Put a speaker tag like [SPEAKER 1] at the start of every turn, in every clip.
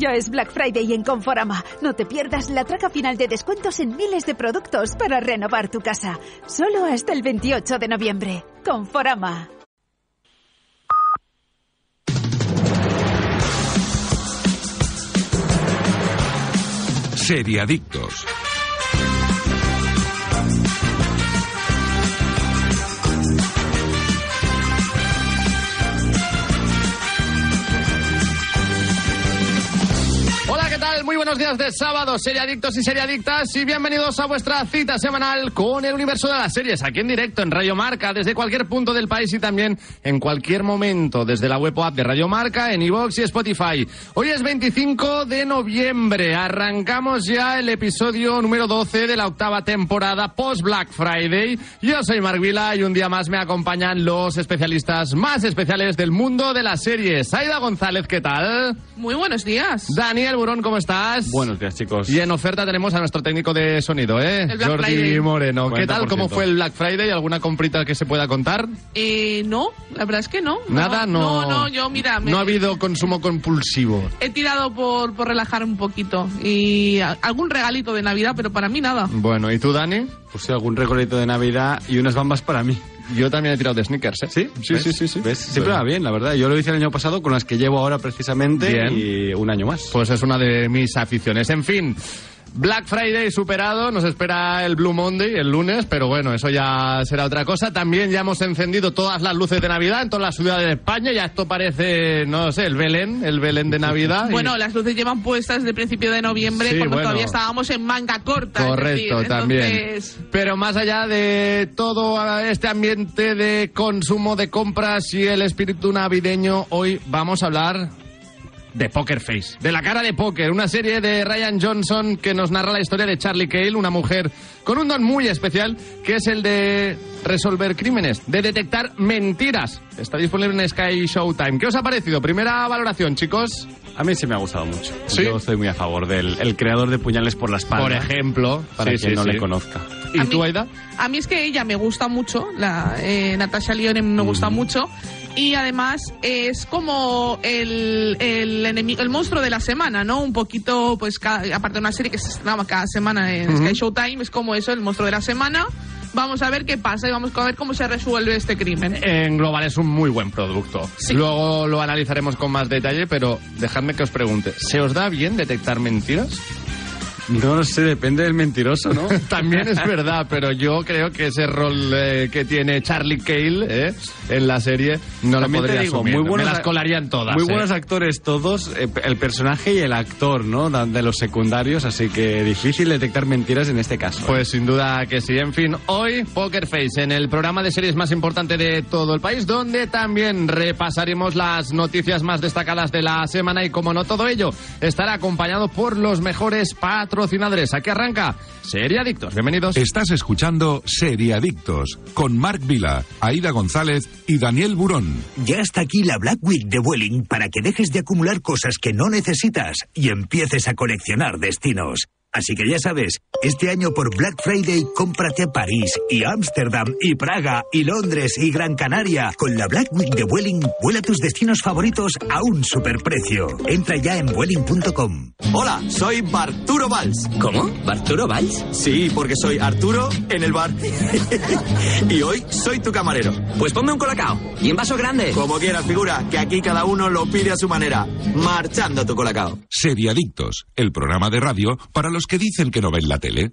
[SPEAKER 1] Ya es Black Friday en Conforama. No te pierdas la traca final de descuentos en miles de productos para renovar tu casa. Solo hasta el 28 de noviembre. Conforama.
[SPEAKER 2] Seriadictos.
[SPEAKER 3] Hola, ¿qué tal? Muy buenos días de sábado, seriadictos y seriadictas, y bienvenidos a vuestra cita semanal con el universo de las series, aquí en directo en Radio Marca, desde cualquier punto del país y también en cualquier momento, desde la web o app de Radio Marca, en iVoox y Spotify. Hoy es 25 de noviembre, arrancamos ya el episodio número 12 de la octava temporada post-Black Friday. Yo soy Marc Vila y un día más me acompañan los especialistas más especiales del mundo de las series. Aida González, ¿qué tal?
[SPEAKER 4] Muy buenos días.
[SPEAKER 3] Daniel Burón, ¿cómo estás?
[SPEAKER 5] Buenos días, chicos.
[SPEAKER 3] Y en oferta tenemos a nuestro técnico de sonido, ¿eh?
[SPEAKER 4] El Black
[SPEAKER 3] Jordi
[SPEAKER 4] Friday.
[SPEAKER 3] Moreno. ¿Qué tal?
[SPEAKER 5] 40%?
[SPEAKER 3] ¿Cómo fue el Black Friday? ¿Alguna comprita que se pueda contar?
[SPEAKER 4] Eh, no, la verdad es que no.
[SPEAKER 3] Nada, no.
[SPEAKER 4] No, no, yo mira, me-
[SPEAKER 3] No ha habido consumo compulsivo.
[SPEAKER 4] he tirado por, por relajar un poquito y a- algún regalito de Navidad, pero para mí nada.
[SPEAKER 3] Bueno, ¿y tú, Dani?
[SPEAKER 5] Puse Pues algún recorrido de Navidad y unas bambas para mí.
[SPEAKER 3] Yo también he tirado de sneakers, ¿eh?
[SPEAKER 5] ¿Sí? Pues
[SPEAKER 3] Sí,
[SPEAKER 5] ¿Ves?
[SPEAKER 3] sí, sí, sí.
[SPEAKER 5] ¿Ves? Siempre
[SPEAKER 3] Bueno.
[SPEAKER 5] va bien, la verdad. Yo lo hice el año pasado con las que llevo ahora precisamente
[SPEAKER 3] Bien.
[SPEAKER 5] y un año más.
[SPEAKER 3] Pues es una de mis aficiones. En fin. Black Friday superado, nos espera el Blue Monday el lunes, pero bueno, eso ya será otra cosa. También ya hemos encendido todas las luces de Navidad en todas las ciudades de España, ya esto parece, no sé, el Belén, el Belén de Navidad. Y-
[SPEAKER 4] Bueno, las luces llevan puestas de principio de noviembre
[SPEAKER 3] Sí,
[SPEAKER 4] cuando
[SPEAKER 3] bueno.
[SPEAKER 4] todavía estábamos en manga corta. es
[SPEAKER 3] Correcto,
[SPEAKER 4] decir,
[SPEAKER 3] también.
[SPEAKER 4] entonces,
[SPEAKER 3] Pero más allá de todo este ambiente de consumo, de compras y el espíritu navideño, hoy vamos a hablar de Poker Face, de la cara de póker, una serie de Ryan Johnson que nos narra la historia de Charlie Cale, una mujer con un don muy especial que es el de resolver crímenes, de detectar mentiras. Está disponible en Sky Showtime. ¿Qué os ha parecido? Primera valoración, chicos.
[SPEAKER 5] A mí Pues sí me ha gustado mucho.
[SPEAKER 3] ¿Sí?
[SPEAKER 5] Yo estoy muy a favor del el creador de puñales por la espalda.
[SPEAKER 3] Por ejemplo,
[SPEAKER 5] Para
[SPEAKER 3] Sí,
[SPEAKER 5] quien
[SPEAKER 3] sí,
[SPEAKER 5] no
[SPEAKER 3] sí.
[SPEAKER 5] le conozca.
[SPEAKER 3] ¿Y
[SPEAKER 4] A
[SPEAKER 3] tú,
[SPEAKER 4] mí-
[SPEAKER 3] Aida?
[SPEAKER 4] A mí es que ella me gusta mucho, la eh, Natasha Lyonne me
[SPEAKER 3] Mm.
[SPEAKER 4] gusta mucho y además es como el, el enemigo, el monstruo de la semana, ¿no? Un poquito, pues ca- aparte de una serie que se estrenaba cada semana en Sky Showtime, es como eso, el monstruo de la semana. Vamos a ver qué pasa y vamos a ver cómo se resuelve este crimen.
[SPEAKER 3] En global es un muy buen producto.
[SPEAKER 4] Sí.
[SPEAKER 3] Luego lo analizaremos con más detalle, pero dejadme que os pregunte, ¿se os da bien detectar mentiras?
[SPEAKER 5] No lo sé, depende del mentiroso, ¿no?
[SPEAKER 3] También es verdad, pero yo creo que ese rol eh, que tiene Charlie Cale eh, en la serie no lo
[SPEAKER 5] También te
[SPEAKER 3] podría
[SPEAKER 5] digo,
[SPEAKER 3] asumir.
[SPEAKER 5] muy
[SPEAKER 3] Me
[SPEAKER 5] buenos
[SPEAKER 3] las
[SPEAKER 5] a-
[SPEAKER 3] colarían todas.
[SPEAKER 5] Muy
[SPEAKER 3] eh.
[SPEAKER 5] buenos actores todos, eh, el personaje y el actor, ¿no? Da- De los secundarios, así que difícil detectar mentiras en este caso.
[SPEAKER 3] Pues sin duda que sí. En fin, hoy Poker Face, en el programa de series más importante de todo el país, donde también repasaremos las noticias más destacadas de la semana y como no todo ello, estará acompañado por los mejores patrocinadores. Aquí arranca Serie Adictos. Bienvenidos.
[SPEAKER 2] Estás escuchando Seriadictos con Marc Vila, Aida González y Daniel Burón.
[SPEAKER 6] Ya está aquí la Black Week de Welling para que dejes de acumular cosas que no necesitas y empieces a coleccionar destinos. Así que ya sabes, este año por Black Friday cómprate París y Ámsterdam y Praga y Londres y Gran Canaria. Con la Black Week de Welling, vuela tus destinos favoritos a un superprecio. Entra ya en welling.com.
[SPEAKER 7] Hola, soy Barturo Valls.
[SPEAKER 8] ¿Cómo? ¿Barturo Valls?
[SPEAKER 7] Sí, porque soy Arturo en el bar. y hoy soy tu camarero.
[SPEAKER 8] Pues ponme un colacao. Y en vaso grande.
[SPEAKER 7] Como quieras, figura, que aquí cada uno lo pide a su manera. Marchando tu colacao.
[SPEAKER 2] Seriadictos, el programa de radio para los que dicen que no ven la tele.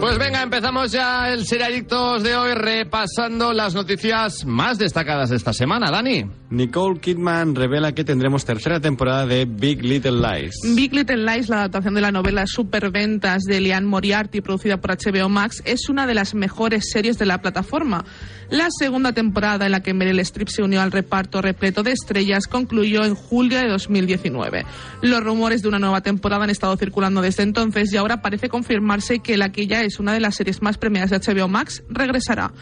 [SPEAKER 3] Pues venga, empezamos ya el Serie Adictos de hoy repasando las noticias más destacadas de esta semana. Dani.
[SPEAKER 5] Nicole Kidman revela que tendremos tercera temporada de Big Little Lies.
[SPEAKER 4] Big Little Lies, la adaptación de la novela Superventas de Liane Moriarty, producida por HBO Max, es una de las mejores series de la plataforma. La segunda temporada en la que Meryl Streep se unió al reparto repleto de estrellas concluyó en julio de 2019. Los rumores de una nueva temporada han estado circulando desde entonces y ahora parece confirmarse que la que ya es una de las series más premiadas de HBO Max regresará.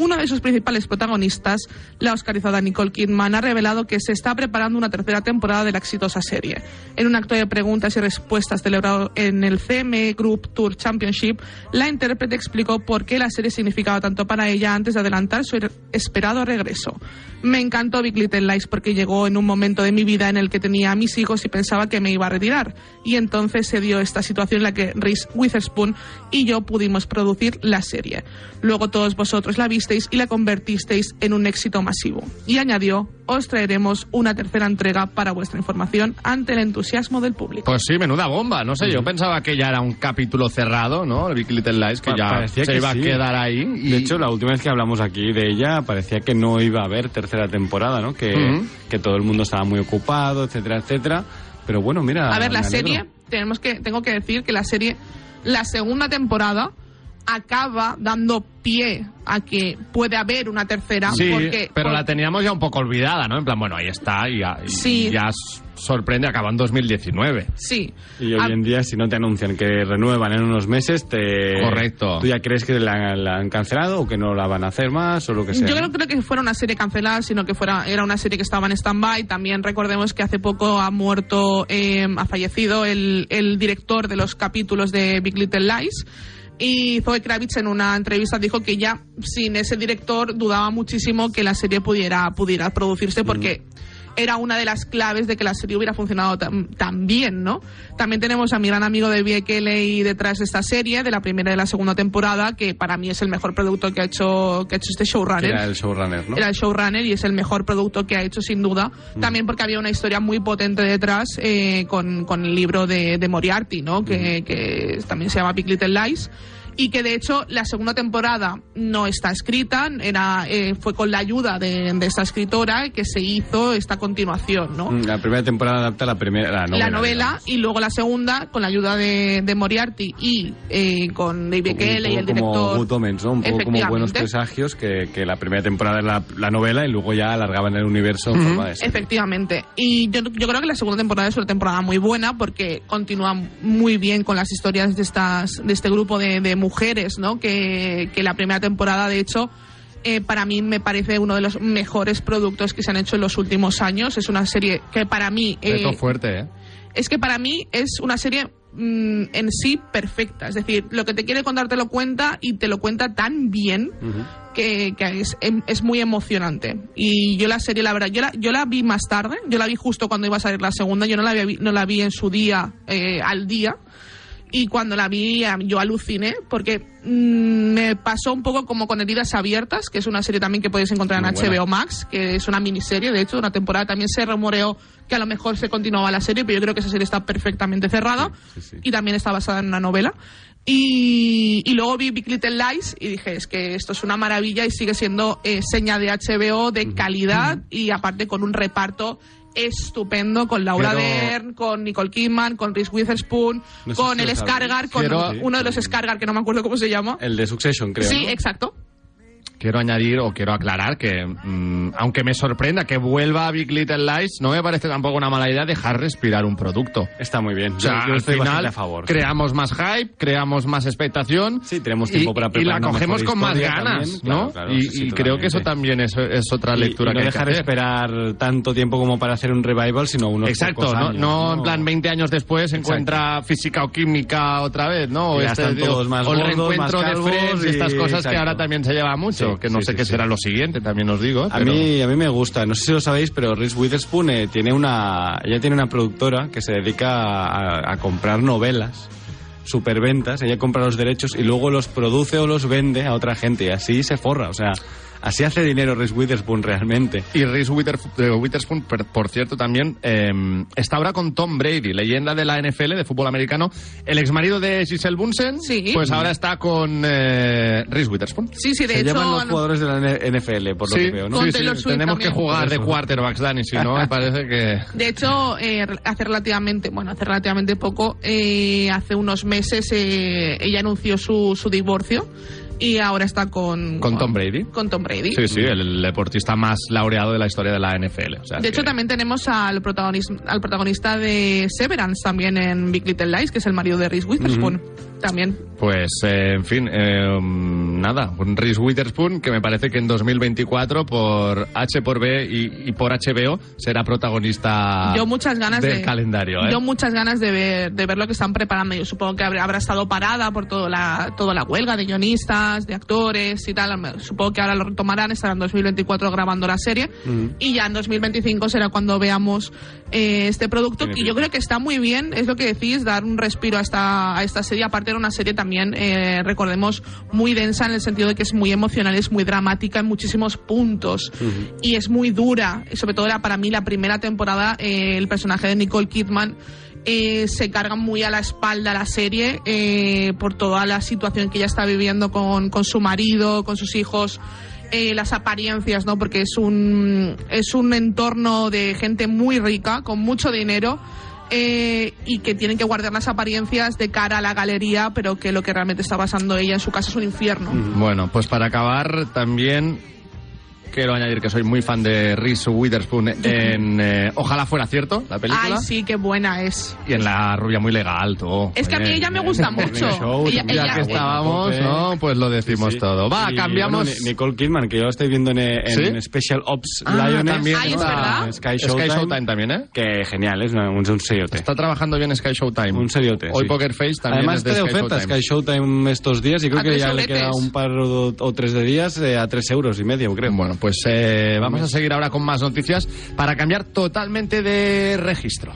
[SPEAKER 4] uno de sus principales protagonistas, la oscarizada Nicole Kidman, ha revelado que se está preparando una tercera temporada de la exitosa serie. En un acto de preguntas y respuestas celebrado en el CM Group Tour Championship, la intérprete explicó por qué la serie significaba tanto para ella antes de adelantar su er- esperado regreso. Me encantó Big Little Lies porque llegó en un momento de mi vida en el que tenía a mis hijos y pensaba que me iba a retirar. Y entonces se dio esta situación en la que Reese Witherspoon y yo pudimos producir la serie. Luego todos vosotros la visteis y la convertisteis en un éxito masivo. Y añadió, os traeremos una tercera entrega para vuestra información ante el entusiasmo del público.
[SPEAKER 3] Pues sí, menuda bomba. No sé, yo pensaba que ya era un capítulo cerrado, ¿no? El Big Little Lies, que
[SPEAKER 5] Pa-
[SPEAKER 3] ya
[SPEAKER 5] parecía
[SPEAKER 3] se
[SPEAKER 5] que
[SPEAKER 3] iba
[SPEAKER 5] sí.
[SPEAKER 3] a quedar ahí. y-
[SPEAKER 5] De hecho, la última vez que hablamos aquí de ella, parecía que no iba a haber tercera temporada, ¿no? Que,
[SPEAKER 3] Ujú.
[SPEAKER 5] que todo el mundo estaba muy ocupado, etcétera, etcétera. Pero bueno,
[SPEAKER 3] Ah,
[SPEAKER 5] mira.
[SPEAKER 4] A ver, la
[SPEAKER 5] me alegro.
[SPEAKER 4] serie, tenemos que, tengo que decir que la serie, la segunda temporada acaba dando pie a que puede haber una tercera
[SPEAKER 3] Sí,
[SPEAKER 4] porque
[SPEAKER 3] pero la
[SPEAKER 4] porque-
[SPEAKER 3] teníamos ya un poco olvidada, ¿no? En plan, bueno, ahí está y ya, y
[SPEAKER 4] Sí.
[SPEAKER 3] ya s- sorprende, acabó en 2019.
[SPEAKER 4] sí Ah,
[SPEAKER 5] Y
[SPEAKER 4] A-
[SPEAKER 5] hoy en día, si no te anuncian que renuevan en unos meses, te.
[SPEAKER 3] Correcto.
[SPEAKER 5] ¿Tú ya crees que la, la han cancelado o que no la van a hacer más o lo que sea?
[SPEAKER 4] Yo no creo que fuera una serie cancelada, sino que fuera era una serie que estaba en stand-by. También recordemos que hace poco ha muerto, eh, ha fallecido el, el director de los capítulos de Big Little Lies. Y Zoe Kravitz en una entrevista dijo que ya sin ese director dudaba muchísimo que la serie pudiera, pudiera producirse porque era una de las claves de que la serie hubiera funcionado tan, tan bien, ¿no? También tenemos a mi gran amigo de Biekele y detrás de esta serie, de la primera y la segunda temporada, que para mí es el mejor producto que ha hecho, que ha hecho este
[SPEAKER 5] Que
[SPEAKER 4] showrunner
[SPEAKER 5] era el showrunner, ¿no? Mm.
[SPEAKER 4] era el showrunner y es el mejor producto que ha hecho sin duda. También porque había una historia muy potente detrás eh, con, con el libro de, de Moriarty, ¿no?
[SPEAKER 5] Mm.
[SPEAKER 4] Que, que también se llama Big Little Lies. Y que de hecho la segunda temporada no está escrita, era, eh, fue con la ayuda de, de esta escritora que se hizo esta continuación, ¿no?
[SPEAKER 5] Mm, La primera temporada adapta la primera la novela.
[SPEAKER 4] la novela
[SPEAKER 5] digamos.
[SPEAKER 4] y luego la segunda con la ayuda de, de Moriarty y eh, con David
[SPEAKER 5] Un
[SPEAKER 4] Kelly y
[SPEAKER 5] poco
[SPEAKER 4] el director.
[SPEAKER 5] Como Good Omens, ¿no? Un poco como buenos
[SPEAKER 4] Efectivamente.
[SPEAKER 5] presagios que, que la primera temporada era la, la novela y luego ya alargaban el universo en forma de serie.
[SPEAKER 4] Efectivamente. Y yo, yo creo que la segunda temporada es una temporada muy buena porque continúa muy bien con las historias de, estas, de este grupo de, de mujeres, ¿no? Que, que la primera temporada, de hecho, eh, para mí me parece uno de los mejores productos que se han hecho en los últimos años. Es una serie que para mí... eh,
[SPEAKER 3] Esto fuerte, ¿eh?
[SPEAKER 4] es que para mí es una serie mm, en sí perfecta. Es decir, lo que te quiere contar te lo cuenta y te lo cuenta tan bien que, que es, em- es muy emocionante. Y yo la serie, la verdad, yo la, yo la vi más tarde, yo la vi justo cuando iba a salir la segunda, yo no la, había vi, no la vi en su día eh, al día. Y cuando la vi, a- yo aluciné, porque mm, me pasó un poco como con Heridas Abiertas, que es una serie también que podéis encontrar en
[SPEAKER 5] Muy buena.
[SPEAKER 4] HBO Max, que es una miniserie, de hecho, una temporada. También se rumoreó que a lo mejor se continuaba la serie, pero yo creo que esa serie está perfectamente cerrada
[SPEAKER 5] Sí, sí, sí.
[SPEAKER 4] y también está basada en una novela. Y, y luego vi Big Little Lies y dije, es que esto es una maravilla y sigue siendo eh, seña de HBO de calidad y aparte con un reparto estupendo con Laura
[SPEAKER 3] Pero-
[SPEAKER 4] Dern, con Nicole Kidman, con Reese Witherspoon,
[SPEAKER 5] No sé
[SPEAKER 4] con
[SPEAKER 5] si
[SPEAKER 4] el
[SPEAKER 5] lo sabéis.
[SPEAKER 4] Scargar, con
[SPEAKER 3] Quiero-
[SPEAKER 4] uno de los Scargar que no me acuerdo cómo se llama.
[SPEAKER 5] El de Succession, Eh, creo.
[SPEAKER 4] sí,
[SPEAKER 5] ¿no?
[SPEAKER 4] exacto.
[SPEAKER 3] Quiero añadir o quiero aclarar que, mm, aunque me sorprenda que vuelva a Big Little Lies, no me parece tampoco una mala idea dejar respirar un producto.
[SPEAKER 5] Está muy bien.
[SPEAKER 3] O sea,
[SPEAKER 5] yo, yo
[SPEAKER 3] al
[SPEAKER 5] estoy bastante
[SPEAKER 3] final
[SPEAKER 5] a favor.
[SPEAKER 3] creamos más hype, creamos más expectación.
[SPEAKER 5] Sí, tenemos tiempo
[SPEAKER 3] y-
[SPEAKER 5] para
[SPEAKER 3] Y
[SPEAKER 5] preparar
[SPEAKER 3] la
[SPEAKER 5] una
[SPEAKER 3] cogemos
[SPEAKER 5] mejor
[SPEAKER 3] con más
[SPEAKER 5] historia
[SPEAKER 3] ganas,
[SPEAKER 5] también,
[SPEAKER 3] ¿no?
[SPEAKER 5] claro, claro,
[SPEAKER 3] y
[SPEAKER 5] sí, sí,
[SPEAKER 3] y creo que eso
[SPEAKER 5] totalmente.
[SPEAKER 3] también es, es otra
[SPEAKER 5] Y-
[SPEAKER 3] lectura
[SPEAKER 5] y no
[SPEAKER 3] que hay que
[SPEAKER 5] dejar
[SPEAKER 3] hacer.
[SPEAKER 5] esperar tanto tiempo como para hacer un revival, sino unos
[SPEAKER 3] Exacto,
[SPEAKER 5] pocos
[SPEAKER 3] no,
[SPEAKER 5] años,
[SPEAKER 3] no en plan 20 años después se
[SPEAKER 5] Exacto.
[SPEAKER 3] encuentra física o química otra vez, ¿no? O,
[SPEAKER 5] Ya están
[SPEAKER 3] digo,
[SPEAKER 5] todos más
[SPEAKER 3] o el
[SPEAKER 5] gordos,
[SPEAKER 3] reencuentro
[SPEAKER 5] más
[SPEAKER 3] de
[SPEAKER 5] calvos
[SPEAKER 3] Friends y
[SPEAKER 5] y-
[SPEAKER 3] estas cosas que
[SPEAKER 5] exacto.
[SPEAKER 3] ahora también se lleva mucho,
[SPEAKER 5] Sí,
[SPEAKER 3] que no
[SPEAKER 5] sí,
[SPEAKER 3] sé
[SPEAKER 5] sí,
[SPEAKER 3] qué
[SPEAKER 5] sí.
[SPEAKER 3] será lo siguiente, también os digo.
[SPEAKER 5] A
[SPEAKER 3] pero-
[SPEAKER 5] mí, a mí me gusta, no sé si lo sabéis, pero Reese Witherspoon eh, tiene una, ella tiene una productora que se dedica a, a comprar novelas, superventas, ella compra los derechos y luego los produce o los vende a otra gente y así se forra, o sea, así hace dinero Reese Witherspoon realmente.
[SPEAKER 3] Y Reese Witherf- eh, Witherspoon, per- por cierto, también eh, está ahora con Tom Brady, leyenda de la NFL, de fútbol americano, el exmarido de Giselle Bunsen,
[SPEAKER 4] Sí.
[SPEAKER 3] pues ahora está con eh, Reese Witherspoon.
[SPEAKER 4] Sí, sí, de
[SPEAKER 5] se
[SPEAKER 4] hecho...
[SPEAKER 5] llaman los
[SPEAKER 4] han-
[SPEAKER 5] jugadores de la NFL, por lo que veo, ¿no?
[SPEAKER 4] Con
[SPEAKER 3] sí,
[SPEAKER 4] Taylor
[SPEAKER 3] sí,
[SPEAKER 4] Swift
[SPEAKER 3] tenemos
[SPEAKER 4] también.
[SPEAKER 3] que jugar de
[SPEAKER 5] Por eso.
[SPEAKER 3] quarterbacks, Dani, si no, me parece que...
[SPEAKER 4] De hecho, eh, hace relativamente, bueno, hace relativamente poco, eh, hace unos meses eh, ella anunció su, su divorcio y ahora está con,
[SPEAKER 3] Con Tom Brady.
[SPEAKER 4] Con Tom Brady.
[SPEAKER 3] Sí, sí, el deportista más laureado de la historia de la NFL. o sea
[SPEAKER 4] De hecho,
[SPEAKER 3] que-
[SPEAKER 4] también tenemos al protagonista, al protagonista de Severance también en Big Little Lies, que es el marido de Reese Witherspoon. También.
[SPEAKER 3] Pues, eh, en fin, eh, nada, un Reese Witherspoon que me parece que en 2024 por H por B y, y por HBO será protagonista
[SPEAKER 4] Yo muchas ganas
[SPEAKER 3] del
[SPEAKER 4] de,
[SPEAKER 3] calendario. ¿eh?
[SPEAKER 4] Yo muchas ganas de ver, de ver lo que están preparando. Yo supongo que habrá, habrá estado parada por toda la, toda la huelga de guionistas, de actores y tal. Supongo que ahora lo retomarán, estarán en 2024 grabando la serie y ya en 2025 será cuando veamos eh, este producto.
[SPEAKER 5] Tiene
[SPEAKER 4] Y yo
[SPEAKER 5] pinta.
[SPEAKER 4] creo que está muy bien, es lo que decís, dar un respiro a esta, a esta serie. Aparte era una serie también, eh, recordemos, muy densa en el sentido de que es muy emocional, es muy dramática en muchísimos puntos y es muy dura. Y Sobre todo era para mí la primera temporada, eh, el personaje de Nicole Kidman eh, se carga muy a la espalda la serie eh, por toda la situación que ella está viviendo con, con su marido, con sus hijos. eh, las apariencias, ¿no? Porque es un, es un entorno de gente muy rica, con mucho dinero, eh, y que tienen que guardar las apariencias de cara a la galería, pero que lo que realmente está pasando ella en su casa es un infierno.
[SPEAKER 3] Bueno, pues para acabar también quiero añadir que soy muy fan de Reese Witherspoon en eh, Ojalá fuera cierto, la película.
[SPEAKER 4] Ay, sí, qué buena es.
[SPEAKER 3] Y en La rubia muy legal, tú.
[SPEAKER 4] Es que a mí ella me gusta mucho. Ella-
[SPEAKER 3] Ya
[SPEAKER 4] ella-
[SPEAKER 3] que estábamos,
[SPEAKER 5] Bueno,
[SPEAKER 3] ¿no? Pues lo decimos
[SPEAKER 5] Sí.
[SPEAKER 3] todo. Va,
[SPEAKER 5] Y,
[SPEAKER 3] cambiamos.
[SPEAKER 5] bueno, Ni- Nicole Kidman, que yo la estoy viendo en, en
[SPEAKER 3] ¿Sí?
[SPEAKER 5] Special Ops
[SPEAKER 3] Ah,
[SPEAKER 5] Lioness.
[SPEAKER 3] también
[SPEAKER 4] Ay, es
[SPEAKER 5] está
[SPEAKER 4] verdad.
[SPEAKER 5] en Sky Showtime.
[SPEAKER 3] también, ¿eh?
[SPEAKER 5] Que genial, es una- un, un seriote.
[SPEAKER 3] Está trabajando bien Sky Showtime.
[SPEAKER 5] Un seriote.
[SPEAKER 3] Hoy
[SPEAKER 5] sí.
[SPEAKER 3] Poker Face también
[SPEAKER 5] Además
[SPEAKER 3] es de
[SPEAKER 5] está de
[SPEAKER 3] Sky
[SPEAKER 5] oferta
[SPEAKER 3] Showtime.
[SPEAKER 5] Sky Showtime estos días y creo
[SPEAKER 4] A
[SPEAKER 5] que
[SPEAKER 4] tres
[SPEAKER 5] ya le
[SPEAKER 4] euretes.
[SPEAKER 5] queda un par o, o tres de días eh, a tres euros y medio, creo.
[SPEAKER 3] Bueno, pues eh, vamos a seguir ahora con más noticias para cambiar totalmente de registro.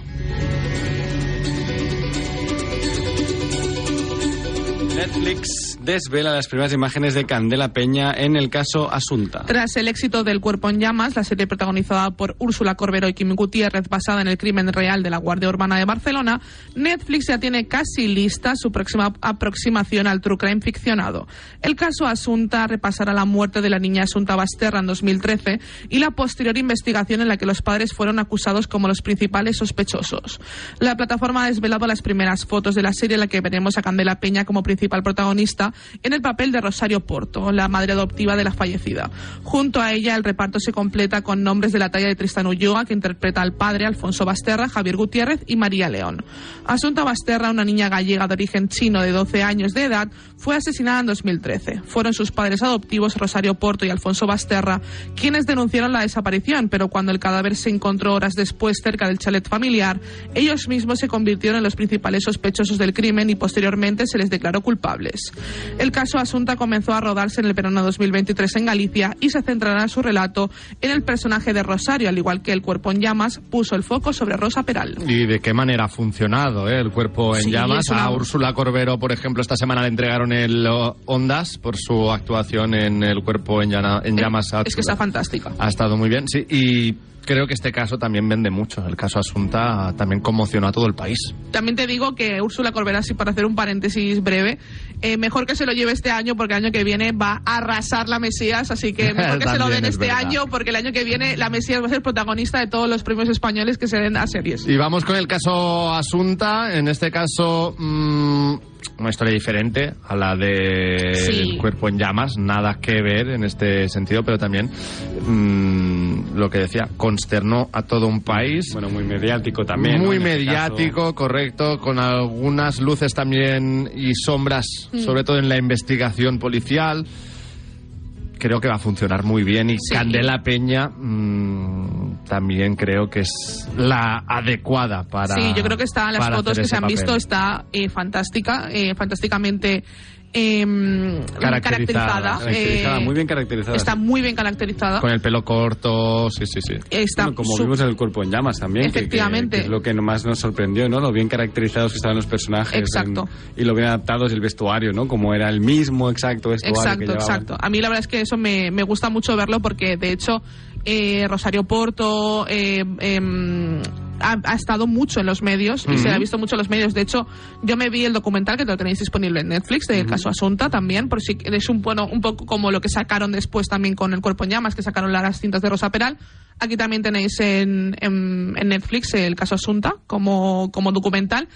[SPEAKER 5] Netflix desvela las primeras imágenes de Candela Peña en el caso Asunta.
[SPEAKER 4] Tras el éxito del Cuerpo en Llamas, la serie protagonizada por Úrsula Corbero y Kim Gutiérrez, basada en el crimen real de la Guardia Urbana de Barcelona, Netflix ya tiene casi lista su próxima aproximación al true crime ficcionado. El caso Asunta repasará la muerte de la niña Asunta Basterra en 2013 y la posterior investigación en la que los padres fueron acusados como los principales sospechosos. La plataforma ha desvelado las primeras fotos de la serie en la que veremos a Candela Peña como principal protagonista en el papel de Rosario Porto, la madre adoptiva de la fallecida. Junto a ella, el reparto se completa con nombres de la talla de Tristan Ulloa, que interpreta al padre Alfonso Basterra, Javier Gutiérrez y María León. Asunta Basterra, una niña gallega de origen chino de 12 años de edad, fue asesinada en 2013. Fueron sus padres adoptivos Rosario Porto y Alfonso Basterra quienes denunciaron la desaparición, pero cuando el cadáver se encontró horas después cerca del chalet familiar, ellos mismos se convirtieron en los principales sospechosos del crimen y posteriormente se les declaró culpables. El caso Asunta comenzó a rodarse en el verano 2023 en Galicia y se centrará su relato en el personaje de Rosario, al igual que el cuerpo en llamas puso el foco sobre Rosa Peral.
[SPEAKER 3] Y de qué manera ha funcionado ¿eh? el cuerpo en
[SPEAKER 4] Sí,
[SPEAKER 3] llamas.
[SPEAKER 4] es una-
[SPEAKER 3] A Úrsula Corbero, por ejemplo, esta semana le entregaron el oh, Ondas por su actuación en el cuerpo en, llana- en llamas.
[SPEAKER 4] Eh, Es que está fantástica.
[SPEAKER 3] Ha estado muy bien, sí. Y creo que este caso también vende mucho. El caso Asunta también conmocionó a todo el país.
[SPEAKER 4] También te digo que Úrsula Corbera, así para hacer un paréntesis breve, eh, mejor que se lo lleve este año porque el año que viene va a arrasar la Mesías, así que mejor que se lo
[SPEAKER 3] También
[SPEAKER 4] den
[SPEAKER 3] es
[SPEAKER 4] este
[SPEAKER 3] verdad.
[SPEAKER 4] año porque el año que viene la Mesías va a ser protagonista de todos los premios españoles que se den a series.
[SPEAKER 3] Y vamos con el caso Asunta. En este caso, mm, una historia diferente a la de
[SPEAKER 4] Sí.
[SPEAKER 3] El cuerpo en llamas. Nada que ver en este sentido, pero también mm, lo que decía, consternó a todo un país.
[SPEAKER 5] Bueno, muy mediático también. ¿no?
[SPEAKER 3] Muy
[SPEAKER 5] En este
[SPEAKER 3] mediático, correcto, con algunas luces también y sombras,
[SPEAKER 4] Mm.
[SPEAKER 3] sobre todo en la investigación policial. Creo que va a funcionar muy bien y
[SPEAKER 4] Sí.
[SPEAKER 3] Candela Peña mm, también creo que es la adecuada para.
[SPEAKER 4] sí, yo creo que está las
[SPEAKER 3] para
[SPEAKER 4] fotos
[SPEAKER 3] hacer
[SPEAKER 4] que
[SPEAKER 3] ese
[SPEAKER 4] se han
[SPEAKER 3] papel.
[SPEAKER 4] visto está eh, fantástica, eh, fantásticamente em,
[SPEAKER 3] Caracterizada,
[SPEAKER 4] caracterizada.
[SPEAKER 5] caso. Caracterizada,
[SPEAKER 4] eh,
[SPEAKER 5] muy bien caracterizada.
[SPEAKER 4] Está muy bien caracterizada.
[SPEAKER 3] Con el pelo corto, sí, sí, sí.
[SPEAKER 4] Está
[SPEAKER 5] Bueno, como
[SPEAKER 4] su-
[SPEAKER 5] vimos en el cuerpo en llamas también. que- que-
[SPEAKER 4] Efectivamente.
[SPEAKER 5] que es lo que más nos sorprendió, ¿no? Lo bien caracterizados que estaban los personajes.
[SPEAKER 4] Exacto.
[SPEAKER 5] en- y lo bien adaptados el vestuario, ¿no? Como era el mismo exacto vestuario. que
[SPEAKER 4] Exacto,
[SPEAKER 5] llevaban.
[SPEAKER 4] exacto. A mí la verdad es que eso me, me gusta mucho verlo porque, de hecho, eh, Rosario Porto eh, em, ha, ha estado mucho en los medios y se la ha visto mucho en los medios. De hecho, yo me vi el documental que lo tenéis disponible en Netflix del caso Asunta también, por si es un, bueno, un poco como lo que sacaron después también con El Cuerpo en Llamas, que sacaron las cintas de Rosa Peral. Aquí también tenéis en, en- en Netflix el caso Asunta como, como documental.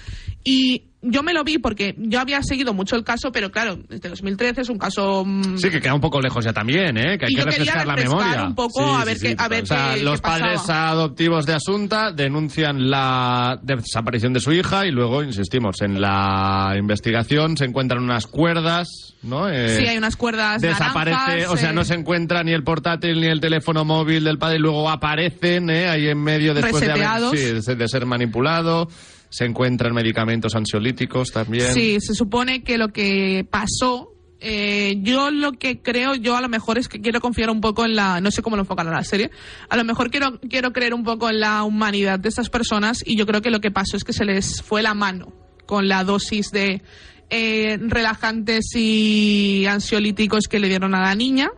[SPEAKER 4] Y yo me lo vi porque yo había seguido mucho el caso, pero claro, desde 2013 es un caso. mm,
[SPEAKER 3] Sí, que queda un poco lejos ya también, ¿eh? Que hay
[SPEAKER 4] y
[SPEAKER 3] que
[SPEAKER 4] yo quería
[SPEAKER 3] refrescar, la
[SPEAKER 4] refrescar
[SPEAKER 3] memoria.
[SPEAKER 4] un poco
[SPEAKER 5] Sí,
[SPEAKER 4] a
[SPEAKER 5] sí,
[SPEAKER 4] ver
[SPEAKER 5] sí,
[SPEAKER 4] qué, a
[SPEAKER 5] total.
[SPEAKER 4] ver
[SPEAKER 3] O sea,
[SPEAKER 4] qué-
[SPEAKER 3] los
[SPEAKER 4] qué pasaba.
[SPEAKER 3] padres adoptivos de Asunta denuncian la desaparición de su hija y luego, insistimos, en la investigación se encuentran unas cuerdas, ¿no? Eh,
[SPEAKER 4] Sí, hay unas cuerdas
[SPEAKER 3] Desaparece,
[SPEAKER 4] naranjas,
[SPEAKER 3] o sea,
[SPEAKER 4] eh,
[SPEAKER 3] no se encuentra ni el portátil ni el teléfono móvil del padre, y luego aparecen ¿eh? ahí en medio después de, haber-
[SPEAKER 4] Reseteados.
[SPEAKER 3] sí, de ser manipulado, se encuentran medicamentos ansiolíticos también.
[SPEAKER 4] Sí, se supone que lo que pasó, eh, yo lo que creo, yo a lo mejor es que quiero confiar un poco en la, no sé cómo lo enfocará la serie, a lo mejor quiero, quiero creer un poco en la humanidad de estas personas y yo creo que lo que pasó es que se les fue la mano con la dosis de eh, relajantes y ansiolíticos que le dieron a la niña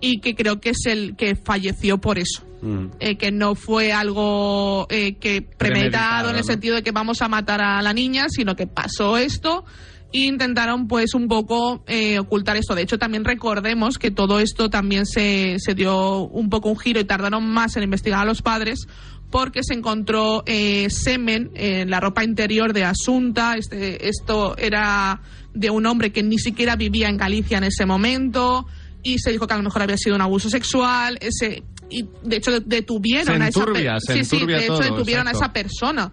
[SPEAKER 4] y que creo que es el que falleció por eso.
[SPEAKER 5] Mm.
[SPEAKER 4] eh, que no fue algo eh, que
[SPEAKER 3] Premeditado,
[SPEAKER 4] premeditado en el
[SPEAKER 3] ¿no?
[SPEAKER 4] sentido de que vamos a matar a la niña, sino que pasó esto e intentaron pues un poco eh, ocultar esto. De hecho, también recordemos que todo esto también se, se dio un poco un giro y tardaron más en investigar a los padres porque se encontró eh, semen en la ropa interior de Asunta. Este, esto era de un hombre que ni siquiera vivía en Galicia en ese momento y se dijo que a lo mejor había sido un abuso sexual. Ese, y de hecho detuvieron
[SPEAKER 3] Se
[SPEAKER 4] a esa
[SPEAKER 3] enturbia,
[SPEAKER 4] persona.
[SPEAKER 3] se
[SPEAKER 4] Sí, sí,
[SPEAKER 3] enturbia
[SPEAKER 4] de hecho
[SPEAKER 3] todo, exacto.
[SPEAKER 4] detuvieron a esa persona.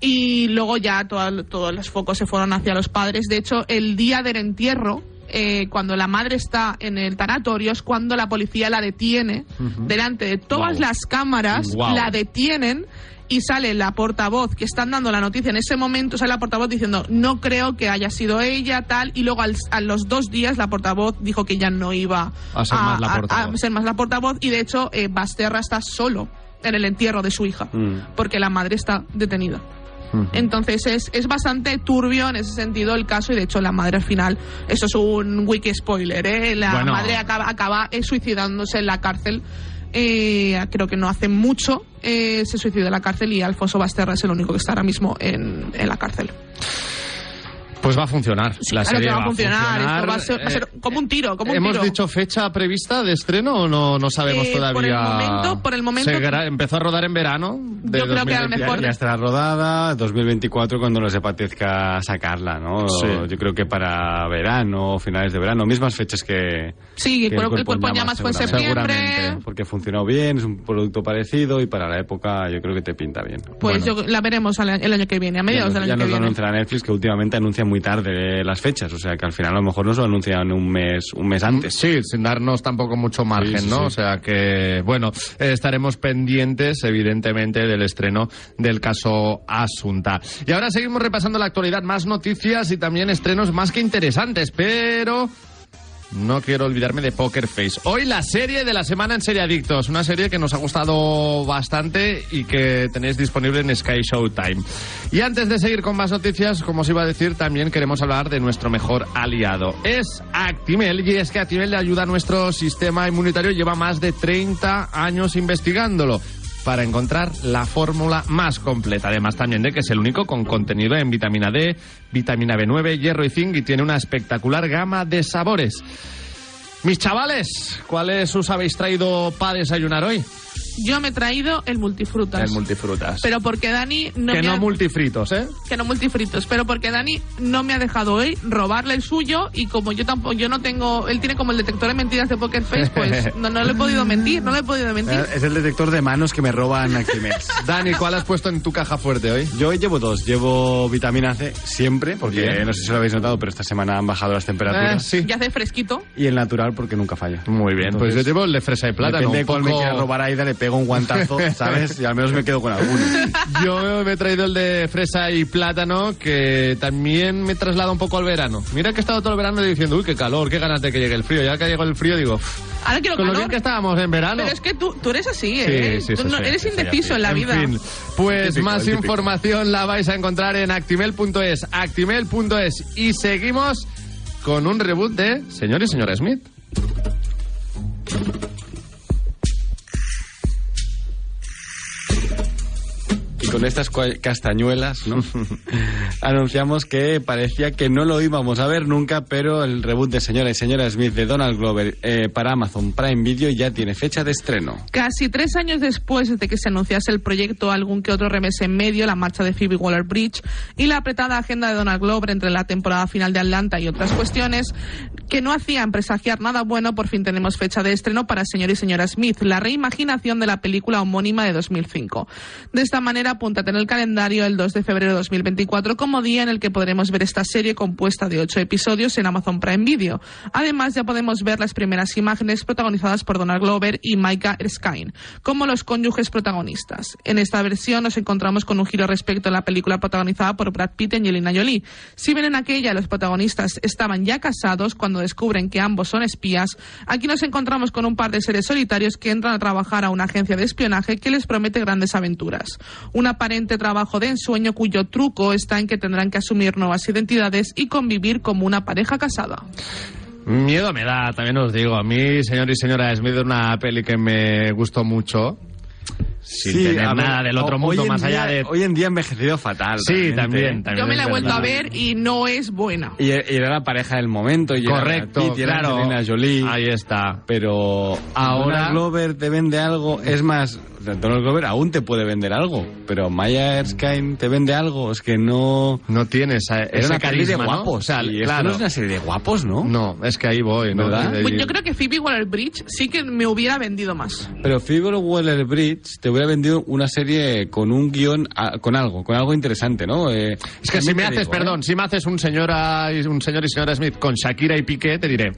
[SPEAKER 4] Y luego ya todo- todos los focos se fueron hacia los padres. De hecho, el día del entierro, eh, cuando la madre está en el tanatorio, es cuando la policía la detiene delante de todas
[SPEAKER 5] Guau.
[SPEAKER 4] las cámaras,
[SPEAKER 5] Guau.
[SPEAKER 4] la detienen y sale la portavoz que están dando la noticia en ese momento, sale la portavoz diciendo no creo que haya sido ella, tal, y luego al- a los dos días la portavoz dijo que ya no iba
[SPEAKER 3] A ser más la portavoz.
[SPEAKER 4] a ser más la portavoz y de hecho eh, Basterra está solo en el entierro de su hija
[SPEAKER 5] Mm.
[SPEAKER 4] porque la madre está detenida.
[SPEAKER 3] Ujú.
[SPEAKER 4] Entonces es, es bastante turbio en ese sentido el caso y de hecho la madre al final, eso es un wiki spoiler, ¿eh? la
[SPEAKER 3] Bueno.
[SPEAKER 4] madre acaba, acaba eh, suicidándose en la cárcel. Eh, creo que no hace mucho eh, se suicidó en la cárcel y Alfonso Basterra es el único que está ahora mismo en, en la cárcel.
[SPEAKER 3] Pues va a funcionar. la
[SPEAKER 4] claro
[SPEAKER 3] serie
[SPEAKER 4] que va a funcionar, esto va a ser, va a
[SPEAKER 3] eh,
[SPEAKER 4] ser como un tiro, como un
[SPEAKER 3] ¿Hemos
[SPEAKER 4] tiro.
[SPEAKER 3] dicho fecha prevista de estreno o no, no sabemos
[SPEAKER 4] Eh,
[SPEAKER 3] todavía?
[SPEAKER 4] por el momento- por el momento-
[SPEAKER 3] Se gra- empezó a rodar en verano. de
[SPEAKER 4] Yo creo que a lo
[SPEAKER 3] 2020.
[SPEAKER 4] mejor-
[SPEAKER 5] Ya estará rodada 2024 cuando les apetezca sacarla, ¿no?
[SPEAKER 3] Sí.
[SPEAKER 5] Yo creo que para verano, finales de verano, mismas fechas que...
[SPEAKER 4] Sí, el,
[SPEAKER 5] que
[SPEAKER 4] cuerpo, el cuerpo en llamas fue en
[SPEAKER 5] seguramente.
[SPEAKER 4] septiembre.
[SPEAKER 5] Seguramente, porque funcionó bien, es un producto parecido y para la época yo creo que te pinta bien.
[SPEAKER 4] Pues yo- la veremos al- el año que viene, a mediados
[SPEAKER 5] ya
[SPEAKER 4] del
[SPEAKER 5] nos- ya
[SPEAKER 4] año que
[SPEAKER 5] nos lo
[SPEAKER 4] viene.
[SPEAKER 5] anunciará Netflix que últimamente anuncia muy tarde las fechas, o sea que al final a lo mejor nos lo anuncian un mes, un mes antes.
[SPEAKER 3] Sí, sin darnos tampoco mucho margen,
[SPEAKER 5] Sí, sí,
[SPEAKER 3] ¿no?
[SPEAKER 5] sí.
[SPEAKER 3] O sea que, bueno, eh, estaremos pendientes, evidentemente, del estreno del caso Asunta. Y ahora seguimos repasando la actualidad, más noticias y también estrenos más que interesantes, pero... No quiero olvidarme de Poker Face. Hoy la serie de la semana en Serie Adictos. Una serie que nos ha gustado bastante y que tenéis disponible en Sky Showtime. Y antes de seguir con más noticias, como os iba a decir, también queremos hablar de nuestro mejor aliado. Es Actimel. Y es que Actimel le ayuda a nuestro sistema inmunitario. Lleva más de 30 años investigándolo para encontrar la fórmula más completa. Además también de que es el único con contenido en vitamina D, vitamina B9, hierro y zinc y tiene una espectacular gama de sabores. Mis chavales, ¿cuáles os habéis traído para desayunar hoy?
[SPEAKER 4] Yo me he traído el multifrutas.
[SPEAKER 3] multifrutas.
[SPEAKER 4] pero porque Dani no
[SPEAKER 3] que
[SPEAKER 4] me
[SPEAKER 3] no
[SPEAKER 4] ha-
[SPEAKER 3] multifritos, ¿eh?
[SPEAKER 4] que no multifritos, pero porque Dani no me ha dejado hoy robarle el suyo y como yo tampoco yo no tengo, él tiene como el detector de mentiras de Poker Face, pues no, no le he podido mentir, no le he podido mentir.
[SPEAKER 5] Eh,
[SPEAKER 3] Eh,
[SPEAKER 5] Es el detector de manos que me roban Actimex.
[SPEAKER 3] Dani, ¿cuál has puesto en tu caja fuerte hoy?
[SPEAKER 5] Yo hoy llevo dos. Llevo vitamina C siempre, porque
[SPEAKER 3] Bien.
[SPEAKER 5] no sé si lo habéis notado, pero esta semana han bajado las temperaturas.
[SPEAKER 3] Ah, sí.
[SPEAKER 4] Ya hace fresquito.
[SPEAKER 5] Y el natural, porque nunca falla.
[SPEAKER 3] Eh. Muy bien, pues yo
[SPEAKER 5] Entonces,
[SPEAKER 3] llevo el de fresa y plátano.
[SPEAKER 5] Depende de
[SPEAKER 3] un
[SPEAKER 5] cuál me
[SPEAKER 3] poco-
[SPEAKER 5] quiera robar Aida, le pego un guantazo, ¿sabes? Y al menos me quedo con alguno.
[SPEAKER 3] Yo me he traído el de fresa y plátano, que también me traslada un poco al verano. Mira que he estado todo el verano diciendo, uy, qué calor, qué ganas de que llegue el frío. Ya que llegó el frío, digo, "Uf,
[SPEAKER 4] Ahora quiero
[SPEAKER 3] con lo
[SPEAKER 4] calor.
[SPEAKER 3] bien que estábamos en verano.
[SPEAKER 4] Pero es que tú, tú eres así,
[SPEAKER 3] Sí,
[SPEAKER 4] ¿eh?
[SPEAKER 3] sí,
[SPEAKER 4] Tú
[SPEAKER 3] sí,
[SPEAKER 4] no-
[SPEAKER 3] sí,
[SPEAKER 4] eres
[SPEAKER 3] sí,
[SPEAKER 4] indeciso
[SPEAKER 3] sí.
[SPEAKER 4] en la vida.
[SPEAKER 3] fin, pues
[SPEAKER 5] El típico,
[SPEAKER 3] más
[SPEAKER 5] el típico.
[SPEAKER 3] información la vais a encontrar en actimel.es, actimel.es. Y seguimos con un reboot de Señor y Señora Smith.
[SPEAKER 5] con estas cua- castañuelas, ¿no? anunciamos que parecía que no lo íbamos a ver nunca, pero el reboot de Señora y Señora Smith de Donald Glover eh, para Amazon Prime Video ya tiene fecha de estreno.
[SPEAKER 4] Casi tres años después de que se anunciase el proyecto, algún que otro remes en medio, la marcha de Phoebe Waller-Bridge y la apretada agenda de Donald Glover entre la temporada final de Atlanta y otras cuestiones que no hacían presagiar nada bueno, por fin tenemos fecha de estreno para Señor y Señora Smith, la reimaginación de la película homónima de 2005. De esta manera, apúntate en el calendario el 2 de febrero de 2024 como día en el que podremos ver esta serie compuesta de ocho episodios en Amazon Prime Video. Además, ya podemos ver las primeras imágenes protagonizadas por Donald Glover y Micah Erskine, como los cónyuges protagonistas. En esta versión nos encontramos con un giro respecto a la película protagonizada por Brad Pitt y Angelina Jolie. Si bien en aquella los protagonistas estaban ya casados cuando descubren que ambos son espías, aquí nos encontramos con un par de seres solitarios que entran a trabajar a una agencia de espionaje que les promete grandes aventuras. Un aparente trabajo de ensueño cuyo truco está en que tendrán que asumir nuevas identidades y convivir como una pareja casada.
[SPEAKER 3] Miedo me da, Ah, también os digo. A mí, señor y señora Smith, es una peli que me gustó mucho. Sin tener
[SPEAKER 5] a ver,
[SPEAKER 3] nada del otro
[SPEAKER 5] ho-
[SPEAKER 3] mundo,
[SPEAKER 5] hoy en
[SPEAKER 3] más allá
[SPEAKER 5] día-
[SPEAKER 3] de.
[SPEAKER 5] Hoy en día ha envejecido fatal.
[SPEAKER 3] Sí,
[SPEAKER 5] realmente.
[SPEAKER 3] también, también.
[SPEAKER 4] Yo me
[SPEAKER 3] es
[SPEAKER 4] la he vuelto
[SPEAKER 3] verdad.
[SPEAKER 4] a ver y no es buena.
[SPEAKER 5] Y, e-, y era la pareja del momento. Y era Brad
[SPEAKER 3] Correcto,
[SPEAKER 5] Pitt, y era
[SPEAKER 3] claro.
[SPEAKER 5] Angelina Jolie.
[SPEAKER 3] Ahí está.
[SPEAKER 5] Pero
[SPEAKER 3] Ahora-
[SPEAKER 5] ahora Glover te vende algo. Es más, Donald Glover aún te puede vender algo. Pero Maya Erskine te vende algo. Es que no.
[SPEAKER 3] No tiene esa,
[SPEAKER 5] Era
[SPEAKER 3] ese
[SPEAKER 5] una serie de
[SPEAKER 3] carisma, ¿no?
[SPEAKER 5] guapos.
[SPEAKER 3] O sea,
[SPEAKER 5] y esto
[SPEAKER 3] claro.
[SPEAKER 5] no es una serie de guapos, ¿no?
[SPEAKER 3] No, es que ahí voy, ¿no?
[SPEAKER 5] ¿Verdad?
[SPEAKER 3] De-
[SPEAKER 4] Pues yo creo que Phoebe Waller-Bridge sí que me hubiera vendido más.
[SPEAKER 5] Pero Fibro Waller Bridge te hubiera vendido una serie con un guión, a- con algo, con algo interesante, ¿no? Eh,
[SPEAKER 3] Es que si me
[SPEAKER 5] también te
[SPEAKER 3] haces,
[SPEAKER 5] digo, ¿eh?
[SPEAKER 3] perdón, si me haces un, señora, y- un señor y señora Smith con Shakira y Piqué, te diré,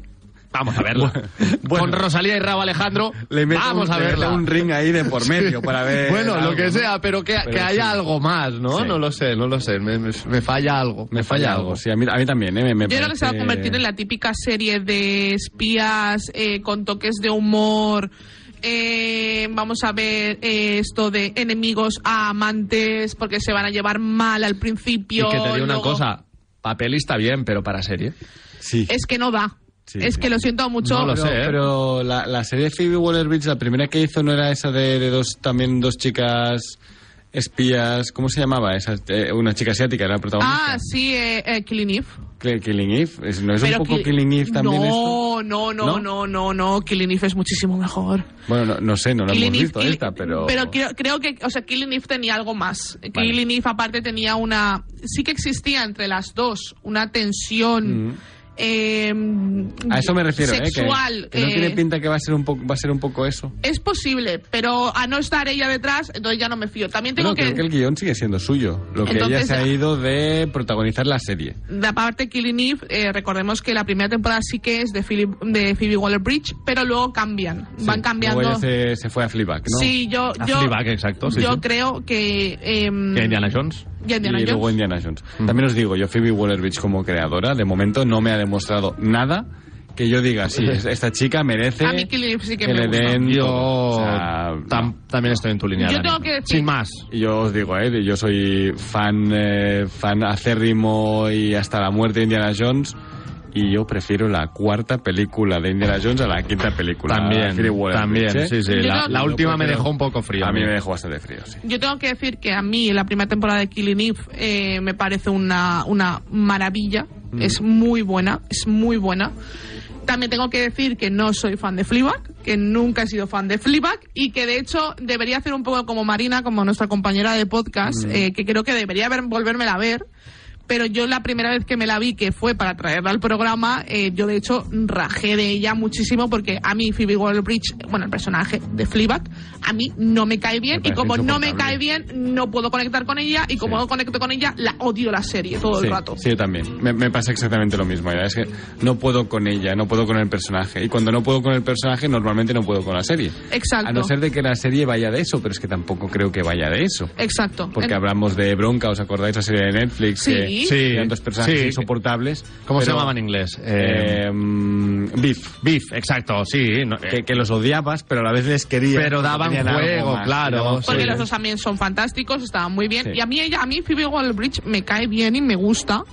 [SPEAKER 3] vamos a verla.
[SPEAKER 5] Bueno.
[SPEAKER 3] Con Rosalía y Raúl Alejandro,
[SPEAKER 5] Le meto
[SPEAKER 3] vamos
[SPEAKER 5] un-
[SPEAKER 3] a
[SPEAKER 5] le meto
[SPEAKER 3] verla.
[SPEAKER 5] un ring ahí de por medio para ver.
[SPEAKER 3] Bueno,
[SPEAKER 5] algo,
[SPEAKER 3] lo que
[SPEAKER 5] ¿no?
[SPEAKER 3] sea, pero que, que
[SPEAKER 5] Pero
[SPEAKER 3] haya
[SPEAKER 5] sí.
[SPEAKER 3] algo más, ¿no?
[SPEAKER 5] Sí.
[SPEAKER 3] No lo sé, no lo sé. Me, me- me falla algo.
[SPEAKER 5] Me falla algo, sí, a mí, a mí también, ¿eh? Me, me
[SPEAKER 4] Yo creo que se va a
[SPEAKER 5] parece-
[SPEAKER 4] convertir en la típica serie de espías eh, con toques de humor. eh, vamos a ver eh, esto de enemigos a amantes porque se van a llevar mal al
[SPEAKER 3] Y
[SPEAKER 4] principio.
[SPEAKER 3] que te digo una
[SPEAKER 4] luego-
[SPEAKER 3] cosa, papel está bien, pero para serie.
[SPEAKER 5] Sí.
[SPEAKER 4] Es que no da.
[SPEAKER 5] Sí,
[SPEAKER 4] es
[SPEAKER 5] sí.
[SPEAKER 4] que lo siento mucho.
[SPEAKER 3] No lo
[SPEAKER 5] pero,
[SPEAKER 3] sé, ¿eh?
[SPEAKER 5] pero la, la serie de Phoebe Waller-Bridge, la primera que hizo no era esa de, de dos también dos chicas espías, ¿cómo se llamaba? Esa, eh, una chica asiática era la protagonista.
[SPEAKER 4] Ah, sí, eh, eh, Killing Eve.
[SPEAKER 5] Cl- Killing Eve, Es- no es
[SPEAKER 4] Pero
[SPEAKER 5] un poco
[SPEAKER 4] Ki-
[SPEAKER 5] Killing Eve también
[SPEAKER 4] no,
[SPEAKER 5] esto?
[SPEAKER 4] no, no,
[SPEAKER 5] ¿No?
[SPEAKER 4] no, no, no. Killing Eve es muchísimo mejor.
[SPEAKER 5] Bueno, no, no sé, no la hemos
[SPEAKER 4] Killing Eve-
[SPEAKER 5] visto
[SPEAKER 4] Kill-
[SPEAKER 5] esta, pero
[SPEAKER 4] creo, creo que, o sea, Killing Eve tenía algo más. Killing Eve aparte tenía una... Sí que existía entre las dos una tensión... eh,
[SPEAKER 5] Mm. a eso me refiero, ¿eh? Que-
[SPEAKER 4] Sexual.
[SPEAKER 5] que, no
[SPEAKER 4] eh,
[SPEAKER 5] tiene pinta que va a ser un poco va a ser un poco eso.
[SPEAKER 4] es posible, pero a no estar ella detrás, entonces ya no me fío. También tengo
[SPEAKER 5] Bueno,
[SPEAKER 4] que...
[SPEAKER 5] creo que el guión sigue siendo suyo, lo que
[SPEAKER 4] Entonces,
[SPEAKER 5] ella se ha ido de protagonizar la serie.
[SPEAKER 4] La parte Killing Eve, eh, recordemos que la primera temporada sí que es de, Philip- de Phoebe Waller-Bridge, pero luego cambian, van
[SPEAKER 5] Sí,
[SPEAKER 4] cambiando.
[SPEAKER 5] Luego ella se, se fue a Fleabag, ¿no? Ah,
[SPEAKER 4] Sí, yo,
[SPEAKER 3] A
[SPEAKER 4] yo,
[SPEAKER 3] Fleabag, exacto, sí,
[SPEAKER 4] yo
[SPEAKER 3] sí.
[SPEAKER 4] creo que... em,
[SPEAKER 3] Y a Indiana Jones.
[SPEAKER 4] y a Indiana
[SPEAKER 5] y luego
[SPEAKER 4] Jones.
[SPEAKER 5] Indiana Jones.
[SPEAKER 3] Mm.
[SPEAKER 5] También os digo, yo Phoebe Waller-Bridge como creadora, de momento no me ha demostrado nada que yo diga, sí, es- esta chica merece
[SPEAKER 4] A mí Killing Eve sí que me
[SPEAKER 5] le
[SPEAKER 4] gusta.
[SPEAKER 5] den
[SPEAKER 3] Yo
[SPEAKER 5] todo. O sea,
[SPEAKER 3] tam- también estoy en tu línea.
[SPEAKER 4] Yo
[SPEAKER 3] Dani.
[SPEAKER 4] tengo que decir-
[SPEAKER 3] Sin más.
[SPEAKER 5] y yo os digo, eh, yo soy fan, eh, fan acérrimo y hasta la muerte de Indiana Jones. Y yo prefiero la cuarta película de Indiana Jones a la quinta película.
[SPEAKER 3] También,
[SPEAKER 5] Phoebe Waller-Bridge,
[SPEAKER 3] también,
[SPEAKER 5] ¿eh?
[SPEAKER 3] sí, sí.
[SPEAKER 4] Yo
[SPEAKER 3] La,
[SPEAKER 4] creo-
[SPEAKER 3] la última me
[SPEAKER 5] Pero-
[SPEAKER 3] dejó un poco frío.
[SPEAKER 5] A mí me dejó bastante frío, sí.
[SPEAKER 4] Yo tengo que decir que a mí la primera temporada de Killing Eve eh, me parece una, una maravilla. Es muy buena, es muy buena. También tengo que decir que no soy fan de Fleabag, que nunca he sido fan de Fleabag y que de hecho debería hacer un poco como Marina, como nuestra compañera de podcast, eh, que creo que debería ver- volvérmela a ver. Pero yo la primera vez que me la vi, que fue para traerla al programa, eh, yo de hecho rajé de ella muchísimo porque a mí Phoebe Waller-Bridge, bueno, el personaje de Fleabag, a mí no me cae bien
[SPEAKER 5] Me
[SPEAKER 4] y
[SPEAKER 5] parece
[SPEAKER 4] como no me
[SPEAKER 5] insoportable.
[SPEAKER 4] cae bien, no puedo conectar con ella y como
[SPEAKER 5] Sí.
[SPEAKER 4] no conecto con ella, la odio la serie todo
[SPEAKER 5] sí,
[SPEAKER 4] el rato.
[SPEAKER 5] sí, yo también. Me, me pasa exactamente lo mismo. ¿verdad? Es que no puedo con ella, no puedo con el personaje. Y cuando no puedo con el personaje, normalmente no puedo con la serie.
[SPEAKER 4] Exacto.
[SPEAKER 5] A no ser de que la serie vaya de eso, pero es que tampoco creo que vaya de eso.
[SPEAKER 4] Exacto.
[SPEAKER 5] Porque
[SPEAKER 4] En-
[SPEAKER 5] hablamos de Bronca, ¿os acordáis la serie de Netflix?
[SPEAKER 4] Sí.
[SPEAKER 5] Que
[SPEAKER 4] Sí.
[SPEAKER 5] eran dos personajes
[SPEAKER 3] Sí.
[SPEAKER 5] insoportables.
[SPEAKER 3] ¿Cómo se
[SPEAKER 5] pero,
[SPEAKER 3] llamaba en inglés? Eh,
[SPEAKER 5] Eh, mm, Beef.
[SPEAKER 3] Beef, exacto, sí. no-
[SPEAKER 5] Que, que los odiabas, pero a la vez les querías.
[SPEAKER 3] Pero
[SPEAKER 5] porque
[SPEAKER 3] daban
[SPEAKER 5] tenían algo
[SPEAKER 3] juego,
[SPEAKER 5] más,
[SPEAKER 3] claro,
[SPEAKER 5] daban
[SPEAKER 3] sí.
[SPEAKER 4] porque
[SPEAKER 5] juego.
[SPEAKER 4] los dos también son fantásticos, estaban muy bien.
[SPEAKER 5] Sí.
[SPEAKER 4] Y a mí, ella, a mí Phoebe Waller-Bridge me cae bien y me gusta,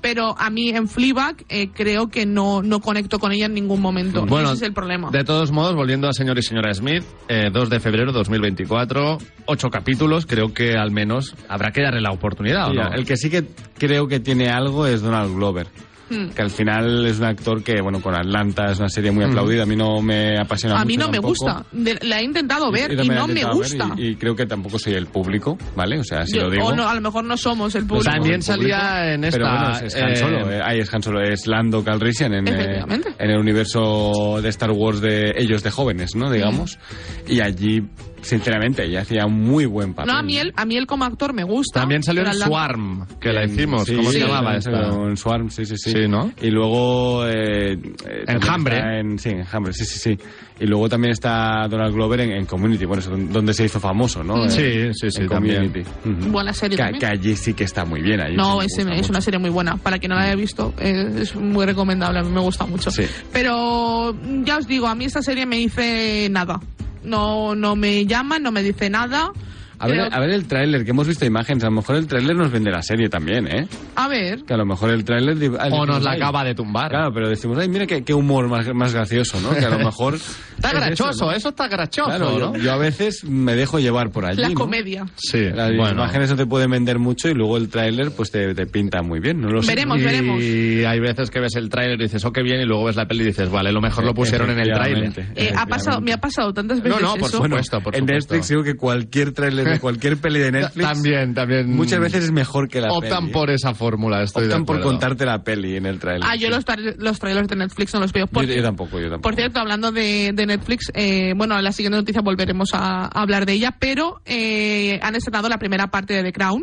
[SPEAKER 4] pero a mí en Fleabag eh, creo que no, no conecto con ella en ningún momento.
[SPEAKER 3] Bueno,
[SPEAKER 4] Ese es el problema.
[SPEAKER 3] De todos modos, volviendo a señor y señora Smith, eh, 2 de febrero de 2024, ocho capítulos, creo que al menos habrá que darle la
[SPEAKER 4] Ah,
[SPEAKER 3] oportunidad, ¿o
[SPEAKER 5] Mira,
[SPEAKER 3] no?
[SPEAKER 5] El que sí que creo que tiene algo es Donald Glover.
[SPEAKER 4] Hmm.
[SPEAKER 5] Que al final es un actor que, bueno, con Atlanta es una serie muy aplaudida. A mí no me apasiona
[SPEAKER 4] a mí no
[SPEAKER 5] mucho
[SPEAKER 4] me
[SPEAKER 5] tampoco.
[SPEAKER 4] gusta. De- la he intentado ver y,
[SPEAKER 5] también la
[SPEAKER 4] no
[SPEAKER 5] he
[SPEAKER 4] me
[SPEAKER 5] intentado ver
[SPEAKER 4] gusta.
[SPEAKER 5] Y, y creo que tampoco soy el público, ¿vale? O sea, si
[SPEAKER 4] Yo-
[SPEAKER 5] lo digo.
[SPEAKER 4] o no, a lo mejor no somos el público.
[SPEAKER 3] También
[SPEAKER 5] el público.
[SPEAKER 3] salía en esta...
[SPEAKER 5] Pero bueno, es Han
[SPEAKER 3] eh,
[SPEAKER 5] Solo, eh, ahí es Han Solo, es Lando Calrissian en, eh,
[SPEAKER 4] Efectivamente.
[SPEAKER 5] en el universo de Star Wars de ellos de jóvenes, ¿no? Digamos. Y allí, sinceramente, ella hacía un muy buen papel.
[SPEAKER 4] No, a mí, él, a mí él como actor me gusta.
[SPEAKER 3] También salió en
[SPEAKER 4] pero al-
[SPEAKER 3] Swarm, que la hicimos.
[SPEAKER 5] Sí,
[SPEAKER 3] ¿Cómo se
[SPEAKER 5] sí,
[SPEAKER 3] llamaba
[SPEAKER 5] en-
[SPEAKER 3] esta?
[SPEAKER 5] En Swarm, sí, sí, sí.
[SPEAKER 3] Sí, ¿no?
[SPEAKER 5] Y luego... Eh, eh, también
[SPEAKER 3] Enjambre.
[SPEAKER 5] está En, sí, Enjambre, sí, sí, sí. Y luego también está Donald Glover en, en Community, bueno, es don- donde se hizo famoso, ¿no?
[SPEAKER 3] Sí,
[SPEAKER 5] Eh,
[SPEAKER 3] sí, sí,
[SPEAKER 5] en
[SPEAKER 3] también.
[SPEAKER 5] Community. Ujú.
[SPEAKER 4] Buena serie
[SPEAKER 5] Que-
[SPEAKER 4] también.
[SPEAKER 5] que allí sí que está muy bien. allí sí
[SPEAKER 4] No,
[SPEAKER 5] me
[SPEAKER 4] es,
[SPEAKER 5] gusta
[SPEAKER 4] es
[SPEAKER 5] mucho.
[SPEAKER 4] una serie muy buena. Para quien no la haya visto, eh, es muy recomendable. A mí me gusta mucho.
[SPEAKER 5] Sí.
[SPEAKER 4] Pero mm, ya os digo, a mí esta serie me dice nada. No, no me llama, no me dice nada.
[SPEAKER 5] A ver,
[SPEAKER 4] Creo-
[SPEAKER 5] a ver el tráiler, que hemos visto imágenes. A lo mejor el tráiler nos vende la serie también, ¿eh?
[SPEAKER 4] a ver.
[SPEAKER 5] Que a lo mejor el tráiler... di- ah,
[SPEAKER 3] O
[SPEAKER 5] decimos,
[SPEAKER 3] nos la
[SPEAKER 5] "Ay".
[SPEAKER 3] acaba de tumbar.
[SPEAKER 5] Claro, pero decimos, ay, mira qué, qué humor más, más gracioso, ¿no? Que a lo mejor...
[SPEAKER 3] Está
[SPEAKER 5] es eso,
[SPEAKER 3] grachoso,
[SPEAKER 5] ¿no?
[SPEAKER 3] eso está grachoso,
[SPEAKER 5] Claro, yo,
[SPEAKER 3] ¿no?
[SPEAKER 5] yo a veces me dejo llevar por allí.
[SPEAKER 4] la
[SPEAKER 5] ¿no?
[SPEAKER 4] comedia.
[SPEAKER 3] Sí,
[SPEAKER 5] Las imágenes no te pueden vender mucho y luego el tráiler pues te, te pinta muy bien, no lo sé.
[SPEAKER 4] Veremos. veremos.
[SPEAKER 3] Y hay veces que ves el tráiler y dices, oh, qué bien, y luego ves la peli y dices, vale, lo mejor lo pusieron en el
[SPEAKER 5] Efectivamente,
[SPEAKER 3] tráiler.
[SPEAKER 4] Eh, ha pasado, me ha pasado tantas
[SPEAKER 3] No,
[SPEAKER 4] veces
[SPEAKER 3] no, por
[SPEAKER 4] eso.
[SPEAKER 5] Bueno,
[SPEAKER 3] supuesto, por
[SPEAKER 5] en
[SPEAKER 3] supuesto.
[SPEAKER 5] Netflix digo que cualquier tráiler de cualquier peli de Netflix
[SPEAKER 3] También, también.
[SPEAKER 5] muchas veces es mejor que la
[SPEAKER 3] optan
[SPEAKER 5] peli. ¿eh?
[SPEAKER 3] por esa fórmula. Estoy
[SPEAKER 5] optan
[SPEAKER 3] de
[SPEAKER 5] por
[SPEAKER 3] acuerdo.
[SPEAKER 5] contarte la peli en el tráiler.
[SPEAKER 4] Ah, yo los, tra- los trailers de Netflix no los veo.
[SPEAKER 5] Yo-
[SPEAKER 4] Por,
[SPEAKER 5] yo, tampoco, yo tampoco.
[SPEAKER 4] por cierto, hablando de, de Netflix, eh, bueno, en la siguiente noticia volveremos a, a hablar de ella, pero eh, han estrenado la primera parte de The Crown.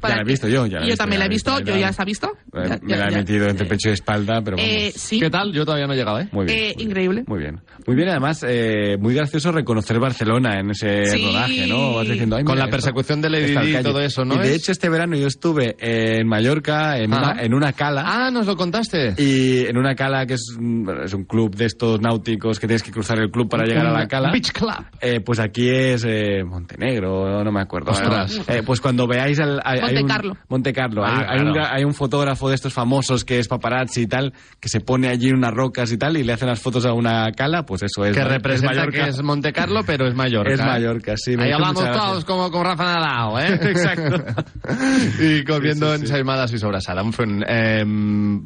[SPEAKER 4] Para
[SPEAKER 5] la he
[SPEAKER 4] que-
[SPEAKER 5] visto yo, ¿Mm? ya la he
[SPEAKER 4] yo
[SPEAKER 5] visto,
[SPEAKER 4] también
[SPEAKER 5] ya
[SPEAKER 4] la he
[SPEAKER 5] la he
[SPEAKER 4] visto,
[SPEAKER 5] visto,
[SPEAKER 4] yo
[SPEAKER 5] ya
[SPEAKER 4] ya
[SPEAKER 5] la-
[SPEAKER 4] se ha visto.
[SPEAKER 5] Eh,
[SPEAKER 4] Ya-
[SPEAKER 5] me
[SPEAKER 4] ya-
[SPEAKER 5] la he
[SPEAKER 4] ya.
[SPEAKER 5] metido entre pecho y espalda, pero vamos.
[SPEAKER 4] Eh, sí.
[SPEAKER 3] ¿Qué tal? Yo todavía no he llegado, ¿eh?
[SPEAKER 5] Muy bien.
[SPEAKER 4] Eh,
[SPEAKER 5] muy bien.
[SPEAKER 4] increíble.
[SPEAKER 5] Muy bien. Muy bien, además, eh, muy gracioso reconocer Barcelona en ese
[SPEAKER 4] Sí.
[SPEAKER 5] rodaje, ¿no? Vas diciendo, "Ay,
[SPEAKER 3] Con
[SPEAKER 5] mira,
[SPEAKER 3] la persecución de Lady
[SPEAKER 5] esta
[SPEAKER 3] Di y
[SPEAKER 5] calle".
[SPEAKER 3] todo eso, ¿no
[SPEAKER 5] Y de
[SPEAKER 3] es?
[SPEAKER 5] hecho, este verano yo estuve en Mallorca, en,
[SPEAKER 3] Ah.
[SPEAKER 5] una, en una cala.
[SPEAKER 3] Ah, nos lo contaste.
[SPEAKER 5] Y en una cala que es, un- bueno, es un club de estos náuticos que tienes que cruzar el club para llegar a la cala.
[SPEAKER 3] Mm, Beach Club.
[SPEAKER 5] Eh, pues aquí es eh, Montenegro, no me acuerdo.
[SPEAKER 3] Ostras.
[SPEAKER 5] Eh, pues cuando veáis al. hay- hay
[SPEAKER 4] Monte
[SPEAKER 5] un-
[SPEAKER 4] Carlo.
[SPEAKER 5] Monte Carlo.
[SPEAKER 3] Ah,
[SPEAKER 5] hay, hay un,
[SPEAKER 3] claro.
[SPEAKER 5] gra- hay un fotógrafo de estos famosos que es paparazzi y tal, que se pone allí en unas rocas y tal y le hacen las fotos a una cala, pues eso es.
[SPEAKER 3] Que
[SPEAKER 5] es
[SPEAKER 3] representa
[SPEAKER 5] Mallorca.
[SPEAKER 3] que es Monte Carlo, pero es Mallorca.
[SPEAKER 5] Es Mallorca, sí, me
[SPEAKER 3] Ahí
[SPEAKER 5] hizo
[SPEAKER 3] vamos
[SPEAKER 5] mucha gracia.
[SPEAKER 3] todos como con Rafa Nadal, ¿eh?
[SPEAKER 5] Exacto.
[SPEAKER 3] y comiendo
[SPEAKER 5] Sí, sí, sí.
[SPEAKER 3] ensaimadas y sobrasada. En fin, eh,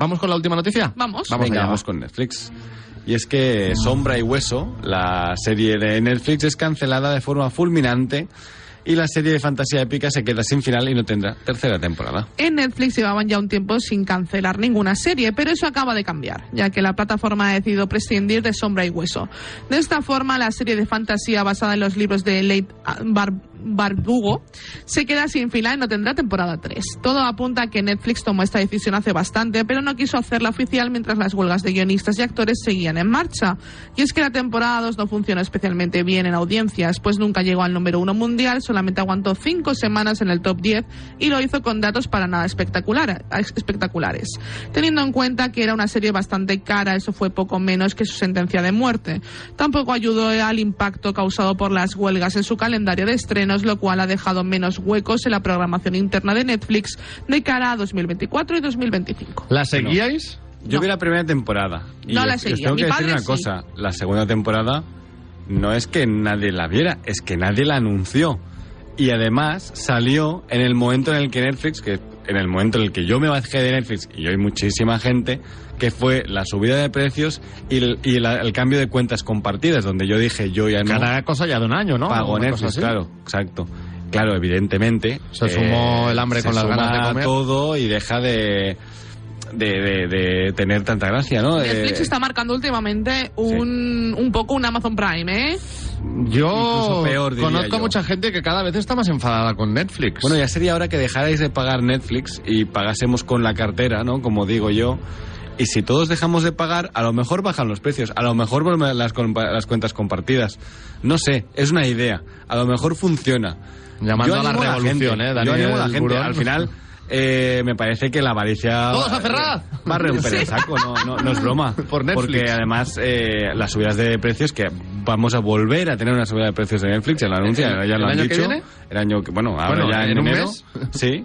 [SPEAKER 3] ¿Vamos con la última noticia?
[SPEAKER 4] Vamos.
[SPEAKER 3] Vamos
[SPEAKER 5] Venga,
[SPEAKER 3] allá.
[SPEAKER 5] vamos con Netflix. Y es que Sombra y Hueso, la serie de Netflix, es cancelada de forma fulminante y la serie de fantasía épica se queda sin final y no tendrá tercera temporada.
[SPEAKER 4] En Netflix llevaban ya un tiempo sin cancelar ninguna serie, pero eso acaba de cambiar, ya que la plataforma ha decidido prescindir de Sombra y Hueso. De esta forma, la serie de fantasía basada en los libros de Leigh Bar- Bardugo se queda sin final y no tendrá temporada 3. Todo apunta a que Netflix tomó esta decisión hace bastante, pero no quiso hacerla oficial mientras las huelgas de guionistas y actores seguían en marcha. Y es que la temporada 2 no funcionó especialmente bien en audiencias, pues nunca llegó al número 1 mundial, solamente aguantó 5 semanas en el top 10 y lo hizo con datos para nada espectacular, espectaculares. Teniendo en cuenta que era una serie bastante cara, eso fue poco menos que su sentencia de muerte. Tampoco ayudó al impacto causado por las huelgas en su calendario de estrenos, lo cual ha dejado menos huecos en la programación interna de Netflix de cara a 2024 y 2025.
[SPEAKER 3] ¿La seguíais?
[SPEAKER 5] Yo
[SPEAKER 4] No.
[SPEAKER 5] vi la primera temporada. Y
[SPEAKER 4] No la
[SPEAKER 5] os- os
[SPEAKER 4] seguía.
[SPEAKER 5] tengo
[SPEAKER 4] Mi
[SPEAKER 5] que decir
[SPEAKER 4] padre
[SPEAKER 5] una
[SPEAKER 4] sí.
[SPEAKER 5] cosa. La segunda temporada no es que nadie la viera, es que nadie la anunció. Y además salió en el momento en el que Netflix, que en el momento en el que yo me bajé de Netflix, y hay muchísima gente, que fue la subida de precios y el, y la- el cambio de cuentas compartidas, donde yo dije, yo ya no
[SPEAKER 3] Cada cosa ya de un año, ¿no?
[SPEAKER 5] pago
[SPEAKER 3] Una cosa
[SPEAKER 5] Netflix,
[SPEAKER 3] así.
[SPEAKER 5] claro, exacto. Claro, evidentemente.
[SPEAKER 3] Se sumó el hambre
[SPEAKER 5] se
[SPEAKER 3] con las
[SPEAKER 5] suma
[SPEAKER 3] ganas de comer.
[SPEAKER 5] todo y deja de, de, de- de tener tanta gracia, ¿no?
[SPEAKER 4] Netflix
[SPEAKER 5] Eh,
[SPEAKER 4] está marcando últimamente un, un poco un Amazon Prime, ¿eh?
[SPEAKER 3] Yo
[SPEAKER 5] Incluso peor, diría
[SPEAKER 3] conozco a
[SPEAKER 5] yo.
[SPEAKER 3] mucha gente que cada vez está más enfadada con Netflix.
[SPEAKER 5] Bueno, ya sería hora que dejarais de pagar Netflix y pagásemos con la cartera, ¿no? Como digo yo. Y si todos dejamos de pagar, a lo mejor bajan los precios, a lo mejor vuelven las, compa- las cuentas compartidas. No sé, es una idea. A lo mejor funciona.
[SPEAKER 3] Llamando
[SPEAKER 5] Yo
[SPEAKER 3] a la
[SPEAKER 5] animo
[SPEAKER 3] revolución,
[SPEAKER 5] gente,
[SPEAKER 3] ¿eh?
[SPEAKER 5] Yo
[SPEAKER 3] Daniel
[SPEAKER 5] animo a la gente.
[SPEAKER 3] Burón.
[SPEAKER 5] Al final, eh, me parece que la avaricia...
[SPEAKER 3] ¡Todos a Ferraz!
[SPEAKER 5] Va a romper el saco, no, no, no es broma.
[SPEAKER 3] Por Netflix.
[SPEAKER 5] Porque además, eh, las subidas de precios, que vamos a volver a tener una subida de precios de Netflix, ya lo anuncian,
[SPEAKER 3] ¿El-
[SPEAKER 5] ya
[SPEAKER 3] el
[SPEAKER 5] lo han
[SPEAKER 3] año que
[SPEAKER 5] dicho.
[SPEAKER 3] viene?
[SPEAKER 5] El año que, bueno, ahora
[SPEAKER 3] Bueno,
[SPEAKER 5] ya en,
[SPEAKER 3] en un
[SPEAKER 5] enero.
[SPEAKER 3] mes.
[SPEAKER 5] Sí.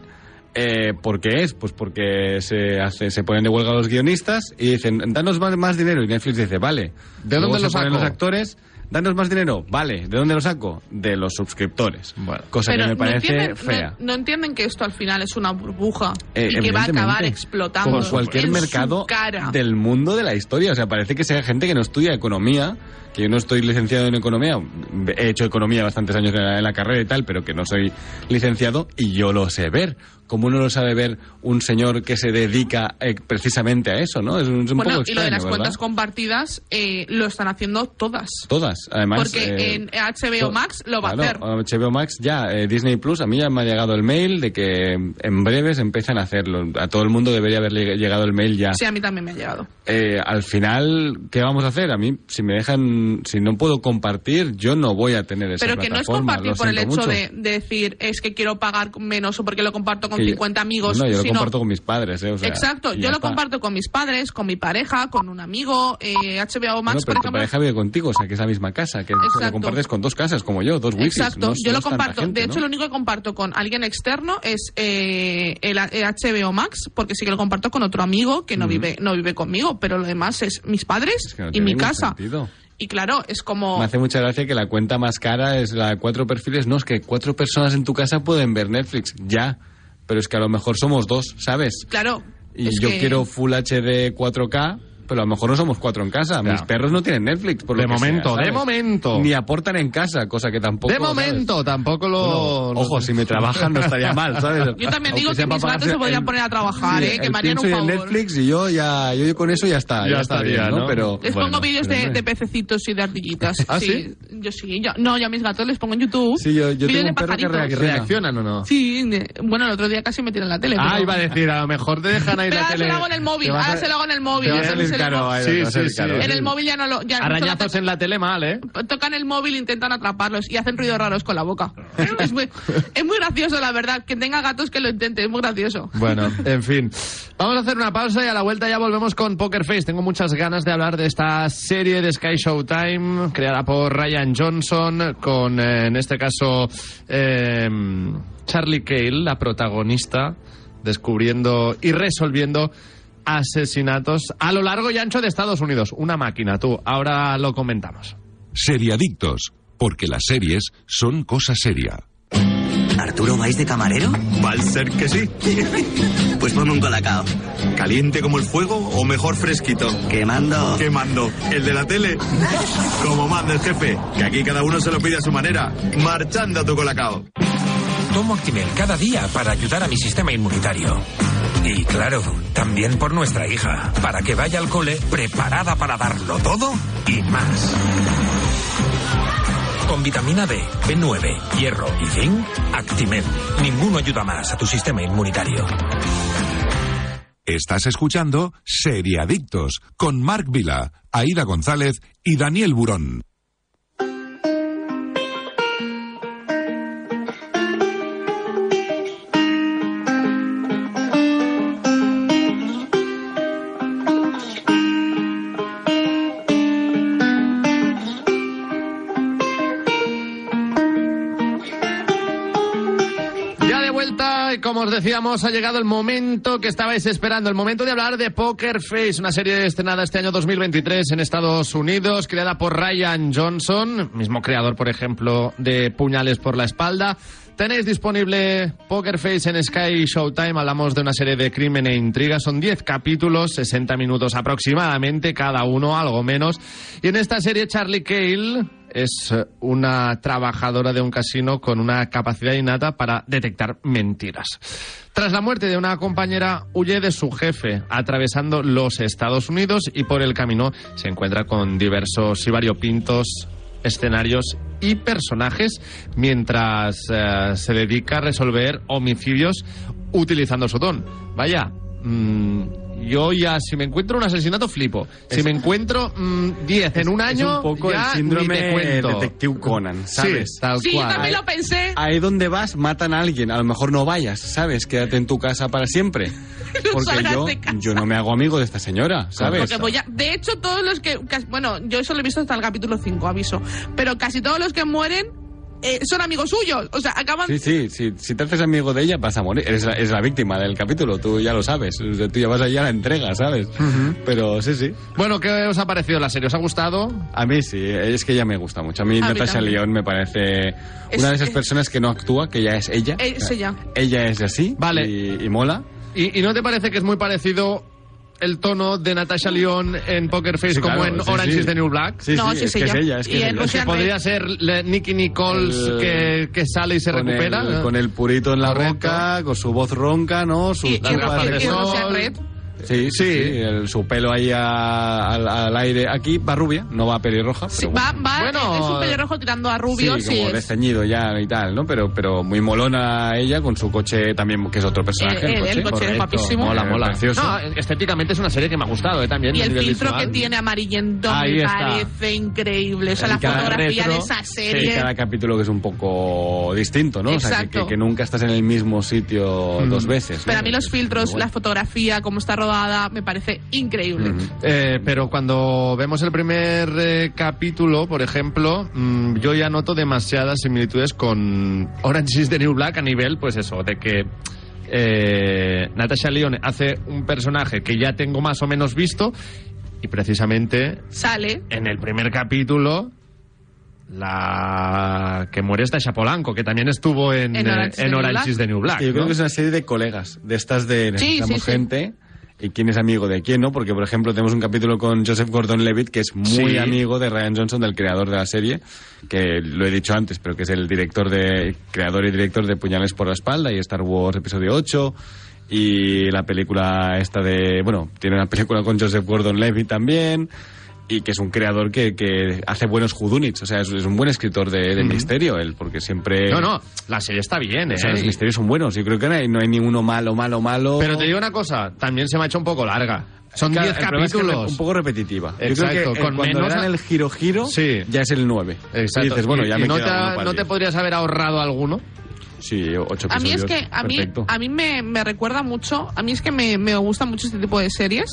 [SPEAKER 5] Eh, ¿Por qué es? Pues porque se, hace, se ponen de huelga los guionistas y dicen, danos más, más dinero. Y Netflix dice, vale.
[SPEAKER 3] ¿De
[SPEAKER 5] Luego
[SPEAKER 3] dónde
[SPEAKER 5] se
[SPEAKER 3] lo
[SPEAKER 5] ponen
[SPEAKER 3] saco?
[SPEAKER 5] los actores, danos más dinero. Vale. ¿De dónde lo saco? De los suscriptores.
[SPEAKER 3] Bueno.
[SPEAKER 5] Cosa que me parece
[SPEAKER 4] no entienden,
[SPEAKER 5] fea.
[SPEAKER 4] No, no entienden que esto al final es una burbuja
[SPEAKER 5] Eh,
[SPEAKER 4] y que va a
[SPEAKER 5] evidentemente.
[SPEAKER 4] acabar explotando.
[SPEAKER 5] Como cualquier
[SPEAKER 4] en su
[SPEAKER 5] mercado
[SPEAKER 4] cara.
[SPEAKER 5] del mundo de la historia. O sea, parece que sea gente que no estudia economía, que yo no estoy licenciado en economía. He hecho economía bastantes años en la, en la carrera y tal, pero que no soy licenciado y yo lo sé ver. Como uno lo sabe ver un señor que se dedica eh, precisamente a eso, ¿no? Es un, es un
[SPEAKER 4] Bueno,
[SPEAKER 5] poco
[SPEAKER 4] y lo de
[SPEAKER 5] extraño,
[SPEAKER 4] las
[SPEAKER 5] ¿verdad?
[SPEAKER 4] cuentas compartidas eh, lo están haciendo todas.
[SPEAKER 5] Todas, además.
[SPEAKER 4] porque
[SPEAKER 5] eh,
[SPEAKER 4] en HBO
[SPEAKER 5] to-
[SPEAKER 4] Max lo va
[SPEAKER 5] claro,
[SPEAKER 4] a hacer.
[SPEAKER 5] HBO Max ya, eh, Disney Plus, a mí ya me ha llegado el mail de que en breves empiezan a hacerlo. A todo el mundo debería haberle llegado el mail ya.
[SPEAKER 4] Sí, a mí también me ha llegado.
[SPEAKER 5] Eh, al final, ¿qué vamos a hacer? A mí, si me dejan, si no puedo compartir, yo no voy a tener esa
[SPEAKER 4] Pero que no es
[SPEAKER 5] plataforma,
[SPEAKER 4] compartir
[SPEAKER 5] lo
[SPEAKER 4] por el
[SPEAKER 5] siento
[SPEAKER 4] hecho
[SPEAKER 5] mucho.
[SPEAKER 4] de, de decir es que quiero pagar menos o porque lo comparto con
[SPEAKER 5] Que yo-
[SPEAKER 4] 50 amigos.
[SPEAKER 5] No, yo lo
[SPEAKER 4] sino-
[SPEAKER 5] comparto con mis padres, eh, o sea,
[SPEAKER 4] Exacto,
[SPEAKER 5] y
[SPEAKER 4] yo
[SPEAKER 5] ya
[SPEAKER 4] lo
[SPEAKER 5] está.
[SPEAKER 4] comparto con mis padres, con mi pareja, con un amigo, eh, HBO
[SPEAKER 5] No,
[SPEAKER 4] Max, por
[SPEAKER 5] pero tu
[SPEAKER 4] ejemplo.
[SPEAKER 5] pareja vive contigo, o sea, que es la misma casa, que lo
[SPEAKER 4] Exacto.
[SPEAKER 5] compartes con dos casas, como yo, dos wifis.
[SPEAKER 4] Exacto,
[SPEAKER 5] no-
[SPEAKER 4] yo
[SPEAKER 5] no
[SPEAKER 4] lo
[SPEAKER 5] es tanta
[SPEAKER 4] comparto.
[SPEAKER 5] gente,
[SPEAKER 4] de hecho,
[SPEAKER 5] ¿no?
[SPEAKER 4] lo único que comparto con alguien externo es eh, el, A- el HBO Max, porque sí que lo comparto con otro amigo que no vive no vive conmigo, pero lo demás es mis padres
[SPEAKER 5] Es que no
[SPEAKER 4] y
[SPEAKER 5] tiene
[SPEAKER 4] mi
[SPEAKER 5] ningún
[SPEAKER 4] casa.
[SPEAKER 5] sentido.
[SPEAKER 4] Y claro, es como...
[SPEAKER 5] Me hace mucha gracia que la cuenta más cara es la de cuatro perfiles. No, es que cuatro personas en tu casa pueden ver Netflix, ya. Pero es que a lo mejor somos dos, ¿sabes?
[SPEAKER 4] Claro.
[SPEAKER 5] Y
[SPEAKER 4] es
[SPEAKER 5] yo
[SPEAKER 4] que-
[SPEAKER 5] quiero Full HD 4K, pero a lo mejor no somos cuatro en casa.
[SPEAKER 3] Claro.
[SPEAKER 5] Mis perros no tienen Netflix, por lo
[SPEAKER 3] De
[SPEAKER 5] que sea,
[SPEAKER 3] momento, de
[SPEAKER 5] ¿sabes?
[SPEAKER 3] momento.
[SPEAKER 5] Ni aportan en casa, cosa que tampoco.
[SPEAKER 3] de
[SPEAKER 5] ¿sabes?
[SPEAKER 3] momento, tampoco lo.
[SPEAKER 5] Bueno, ojo, si me trabajan no estaría mal, ¿sabes?
[SPEAKER 4] Yo también digo
[SPEAKER 5] Aunque sea
[SPEAKER 4] que mis
[SPEAKER 5] para
[SPEAKER 4] gatos
[SPEAKER 5] pagarse
[SPEAKER 4] se podrían
[SPEAKER 5] el-
[SPEAKER 4] poner a trabajar,
[SPEAKER 5] sí,
[SPEAKER 4] ¿eh? que
[SPEAKER 5] el
[SPEAKER 4] me harían un
[SPEAKER 5] pincho y el
[SPEAKER 4] favor.
[SPEAKER 5] Netflix y yo ya yo, yo con eso ya está,
[SPEAKER 3] Ya
[SPEAKER 5] ya, está
[SPEAKER 3] estaría,
[SPEAKER 5] bien, ¿no?
[SPEAKER 3] ¿no?
[SPEAKER 5] Pero
[SPEAKER 4] Les
[SPEAKER 3] Bueno,
[SPEAKER 4] pongo vídeos de,
[SPEAKER 5] hombre.
[SPEAKER 4] de pececitos y de ardillitas.
[SPEAKER 3] ¿Ah,
[SPEAKER 4] Yo sí. Yo, no, yo a mis gatos les pongo en YouTube.
[SPEAKER 5] Sí, yo- yo
[SPEAKER 4] vídeos
[SPEAKER 5] tengo
[SPEAKER 4] de
[SPEAKER 5] un perro que
[SPEAKER 4] pajaritos.
[SPEAKER 5] reacciona.
[SPEAKER 3] ¿Reaccionan o no?
[SPEAKER 4] Sí, de- bueno, el otro día casi me tiran la tele.
[SPEAKER 3] Ah,
[SPEAKER 4] pero-
[SPEAKER 3] iba a decir, a lo mejor te dejan ahí
[SPEAKER 4] Pero
[SPEAKER 3] la
[SPEAKER 4] ahora
[SPEAKER 3] tele.
[SPEAKER 4] Ah, se lo hago en el móvil,
[SPEAKER 3] Te vas a-
[SPEAKER 4] ahora se lo hago en el móvil.
[SPEAKER 5] Te va a
[SPEAKER 4] ya
[SPEAKER 5] salir
[SPEAKER 4] sabes, en el
[SPEAKER 5] caro,
[SPEAKER 4] mo-
[SPEAKER 5] ahí,
[SPEAKER 3] Sí,
[SPEAKER 5] te va a
[SPEAKER 3] sí,
[SPEAKER 5] salir
[SPEAKER 3] sí.
[SPEAKER 5] caro.
[SPEAKER 4] en el móvil ya no lo... Ya no
[SPEAKER 3] Arañazos en la tele mal, ¿eh?
[SPEAKER 4] tocan- Tocan el móvil, intentan atraparlos y hacen ruidos raros con la boca. Es muy, es muy gracioso, la verdad. Que tenga gatos que lo intenten, es muy gracioso.
[SPEAKER 3] Bueno, en fin. Vamos a hacer una pausa y a la vuelta ya volvemos con Poker Face. Tengo muchas ganas de hablar de esta serie de Sky Showtime creada por Ryan Johnson con, eh, en este caso, eh, Charlie Cale, la protagonista, descubriendo y resolviendo asesinatos a lo largo y ancho de Estados Unidos. Una máquina, tú. Ahora lo comentamos.
[SPEAKER 2] Seriadictos, porque las series son cosa seria.
[SPEAKER 8] ¿Arturo vais de camarero?
[SPEAKER 7] Va a ser que sí.
[SPEAKER 8] Pues ponme un colacao.
[SPEAKER 7] ¿Caliente como el fuego o mejor fresquito?
[SPEAKER 8] Quemando.
[SPEAKER 7] ¿Qué mando? ¿El de la tele? Como manda el jefe, que aquí cada uno se lo pide a su manera. Marchando a tu colacao.
[SPEAKER 9] Tomo Actimel cada día para ayudar a mi sistema inmunitario. Y claro, también por nuestra hija, para que vaya al cole preparada para darlo todo y más. Con vitamina D, B9, hierro y zinc, Actimel. Ninguno ayuda más a tu sistema inmunitario.
[SPEAKER 2] Estás escuchando Seriadictos con Marc Vila, Aida González y Daniel Burón.
[SPEAKER 3] Ya de vuelta, y como os decíamos, ha llegado el momento que estabais esperando, el momento de hablar de Poker Face, una serie estrenada este año 2023 en Estados Unidos, creada por Ryan Johnson, mismo creador, por ejemplo, de Puñales por la Espalda. Tenéis disponible Poker Face en Sky Showtime. Hablamos de una serie de crimen e intriga. Son 10 capítulos, 60 minutos aproximadamente cada uno, algo menos. Y en esta serie, Charlie Cale, es eh, una trabajadora de un casino con una capacidad innata para detectar mentiras. Tras la muerte de una compañera, huye de su jefe, atravesando los Estados Unidos y por el camino se encuentra con diversos y variopintos escenarios y personajes mientras eh, se dedica a resolver homicidios utilizando su don. Vaya, mm, yo ya si me encuentro un asesinato flipo. Si me encuentro mm, 10 en un
[SPEAKER 5] Es
[SPEAKER 3] año,
[SPEAKER 5] un poco
[SPEAKER 3] ya
[SPEAKER 5] el síndrome
[SPEAKER 3] ni te cuento.
[SPEAKER 5] Detective Conan, ¿sabes?
[SPEAKER 3] Sí, tal
[SPEAKER 4] Sí, yo
[SPEAKER 3] cual.
[SPEAKER 4] también lo pensé.
[SPEAKER 5] ahí donde vas matan a alguien. A lo mejor no vayas, ¿sabes? Quédate en tu casa para siempre. Porque
[SPEAKER 4] salgas
[SPEAKER 5] yo,
[SPEAKER 4] de casa.
[SPEAKER 5] yo no me hago amigo de esta señora, ¿sabes?
[SPEAKER 4] Porque voy a- de hecho, todos los que, cas- Bueno, yo solo he visto hasta el capítulo 5, aviso. Pero casi todos los que mueren eh, son amigos suyos. O sea, acaban.
[SPEAKER 5] Sí, sí, sí, si te haces amigo de ella vas a morir. Eres la, eres la víctima del capítulo, tú ya lo sabes. O sea, tú ya vas allá a la entrega, ¿sabes? Pero sí, sí.
[SPEAKER 3] Bueno, ¿qué os ha parecido la serie? ¿Os ha gustado?
[SPEAKER 5] A mí sí, es que ella me gusta mucho. A mí
[SPEAKER 4] A mí
[SPEAKER 5] Natasha
[SPEAKER 4] también.
[SPEAKER 5] León me parece
[SPEAKER 4] Es- Eh,
[SPEAKER 5] una de esas
[SPEAKER 4] es-
[SPEAKER 5] personas que no actúa, que ya es ella.
[SPEAKER 4] Es
[SPEAKER 5] O sea,
[SPEAKER 4] ella.
[SPEAKER 5] Ella es así.
[SPEAKER 3] Vale.
[SPEAKER 5] Y, y mola.
[SPEAKER 3] ¿Y, y no te parece que es muy parecido el tono de
[SPEAKER 4] Mm.
[SPEAKER 3] Natasha León en Poker Face
[SPEAKER 5] Sí,
[SPEAKER 3] como
[SPEAKER 5] claro,
[SPEAKER 3] en
[SPEAKER 5] sí,
[SPEAKER 3] Orange
[SPEAKER 5] sí.
[SPEAKER 3] is the New Black?
[SPEAKER 5] Sí,
[SPEAKER 4] No,
[SPEAKER 5] sí,
[SPEAKER 4] sí
[SPEAKER 5] es
[SPEAKER 4] es
[SPEAKER 5] que es
[SPEAKER 4] ella.
[SPEAKER 5] ella. Es que
[SPEAKER 4] Y
[SPEAKER 5] es
[SPEAKER 4] en
[SPEAKER 5] ella.
[SPEAKER 4] Ocean-
[SPEAKER 3] Que podría ser la Nicky Nichols
[SPEAKER 5] El-
[SPEAKER 3] que, que sale y se
[SPEAKER 5] con
[SPEAKER 3] recupera.
[SPEAKER 5] El, con el purito en la
[SPEAKER 3] Correcto.
[SPEAKER 5] boca, con su voz ronca, ¿no? Sus
[SPEAKER 4] Y, y,
[SPEAKER 5] gafas
[SPEAKER 3] Rafa
[SPEAKER 4] Rocío-
[SPEAKER 5] de
[SPEAKER 4] y
[SPEAKER 5] sol.
[SPEAKER 4] Rocío
[SPEAKER 3] Sol.
[SPEAKER 4] Red.
[SPEAKER 5] Sí, sí, sí, el- su pelo ahí a- al, al aire. Aquí va rubia, no va pelirroja.
[SPEAKER 4] Sí,
[SPEAKER 5] pero
[SPEAKER 4] va,
[SPEAKER 5] bueno.
[SPEAKER 4] va,
[SPEAKER 3] Bueno,
[SPEAKER 4] eh, es un pelirrojo tirando a rubio.
[SPEAKER 5] Sí, como desteñido ya y tal, ¿no? Pero, pero muy molona ella con su coche también, que es otro personaje.
[SPEAKER 4] Eh, el coche es
[SPEAKER 5] Correcto.
[SPEAKER 4] guapísimo. eh,
[SPEAKER 5] Mola, mola. Precioso.
[SPEAKER 3] No, estéticamente es una serie que me ha gustado ¿eh? también.
[SPEAKER 4] Y
[SPEAKER 3] a
[SPEAKER 4] el
[SPEAKER 3] nivel
[SPEAKER 4] filtro
[SPEAKER 3] visual.
[SPEAKER 4] que tiene amarillento
[SPEAKER 5] Ahí
[SPEAKER 4] me
[SPEAKER 5] está.
[SPEAKER 4] parece increíble. O sea,
[SPEAKER 5] Y
[SPEAKER 4] la
[SPEAKER 5] cada
[SPEAKER 4] fotografía
[SPEAKER 5] retro,
[SPEAKER 4] de esa serie.
[SPEAKER 5] sí, cada capítulo que es un poco distinto, ¿no? O sea, que- que,
[SPEAKER 4] Exacto. Mm.
[SPEAKER 5] que nunca estás en el mismo sitio dos veces.
[SPEAKER 4] Pero
[SPEAKER 5] ¿no?
[SPEAKER 4] a mí los
[SPEAKER 5] Es
[SPEAKER 4] filtros,
[SPEAKER 5] muy bueno.
[SPEAKER 4] la fotografía, cómo está rodada, me parece increíble.
[SPEAKER 3] Eh, pero cuando vemos el primer eh, capítulo, por ejemplo, mm, yo ya noto demasiadas similitudes con Orange is the New Black a nivel, pues eso, de que eh, Natasha Lyonne hace un personaje que ya tengo más o menos visto y precisamente
[SPEAKER 4] Sale.
[SPEAKER 3] en el primer capítulo la que muere es Dasha Polanco, que también estuvo en,
[SPEAKER 4] En
[SPEAKER 3] eh,
[SPEAKER 4] Orange
[SPEAKER 3] en
[SPEAKER 4] is
[SPEAKER 3] Orange is the
[SPEAKER 4] the New Black.
[SPEAKER 3] New Black.
[SPEAKER 5] Sí, yo creo
[SPEAKER 3] ¿no?
[SPEAKER 5] que es una serie de colegas, de estas de necesitamos
[SPEAKER 4] sí, sí.
[SPEAKER 5] gente y quién es amigo de quién, ¿no? Porque, por ejemplo, tenemos un capítulo con Joseph Gordon-Levitt, que es muy
[SPEAKER 3] Sí.
[SPEAKER 5] amigo de Ryan Johnson, del creador de la serie, que lo he dicho antes, pero que es el director de, creador y director de Puñales por la Espalda y Star Wars Episodio 8 y la película esta de, bueno, tiene una película con Joseph Gordon-Levitt también y que es un creador que, que hace buenos judunits, o sea, es, es un buen escritor de, de misterio él, porque siempre...
[SPEAKER 3] No, no, la serie está bien,
[SPEAKER 5] O sea,
[SPEAKER 3] ¿eh?
[SPEAKER 5] los misterios son buenos. Yo creo que no hay, no hay ninguno malo, malo, malo.
[SPEAKER 3] Pero te digo una cosa, también se me ha hecho un poco larga. Son
[SPEAKER 5] Claro,
[SPEAKER 3] 10
[SPEAKER 5] el problema es que es
[SPEAKER 3] capítulos.
[SPEAKER 5] un poco repetitiva. Yo creo
[SPEAKER 3] Exacto,
[SPEAKER 5] que eh,
[SPEAKER 3] con
[SPEAKER 5] cuando
[SPEAKER 3] menos
[SPEAKER 5] le dan
[SPEAKER 3] la-
[SPEAKER 5] el giro-giro,
[SPEAKER 3] Sí.
[SPEAKER 5] ya es el 9.
[SPEAKER 3] Exacto.
[SPEAKER 5] Y dices, bueno,
[SPEAKER 3] ¿Y-
[SPEAKER 5] ya
[SPEAKER 3] y
[SPEAKER 5] me
[SPEAKER 3] no,
[SPEAKER 5] queda
[SPEAKER 3] te, ha-
[SPEAKER 5] uno para
[SPEAKER 3] no
[SPEAKER 5] el
[SPEAKER 3] te
[SPEAKER 5] día.
[SPEAKER 3] podrías haber ahorrado alguno?
[SPEAKER 5] Sí, 8
[SPEAKER 4] A mí es que a mí, a mí me, me recuerda mucho, a mí es que me, me gusta mucho este tipo de series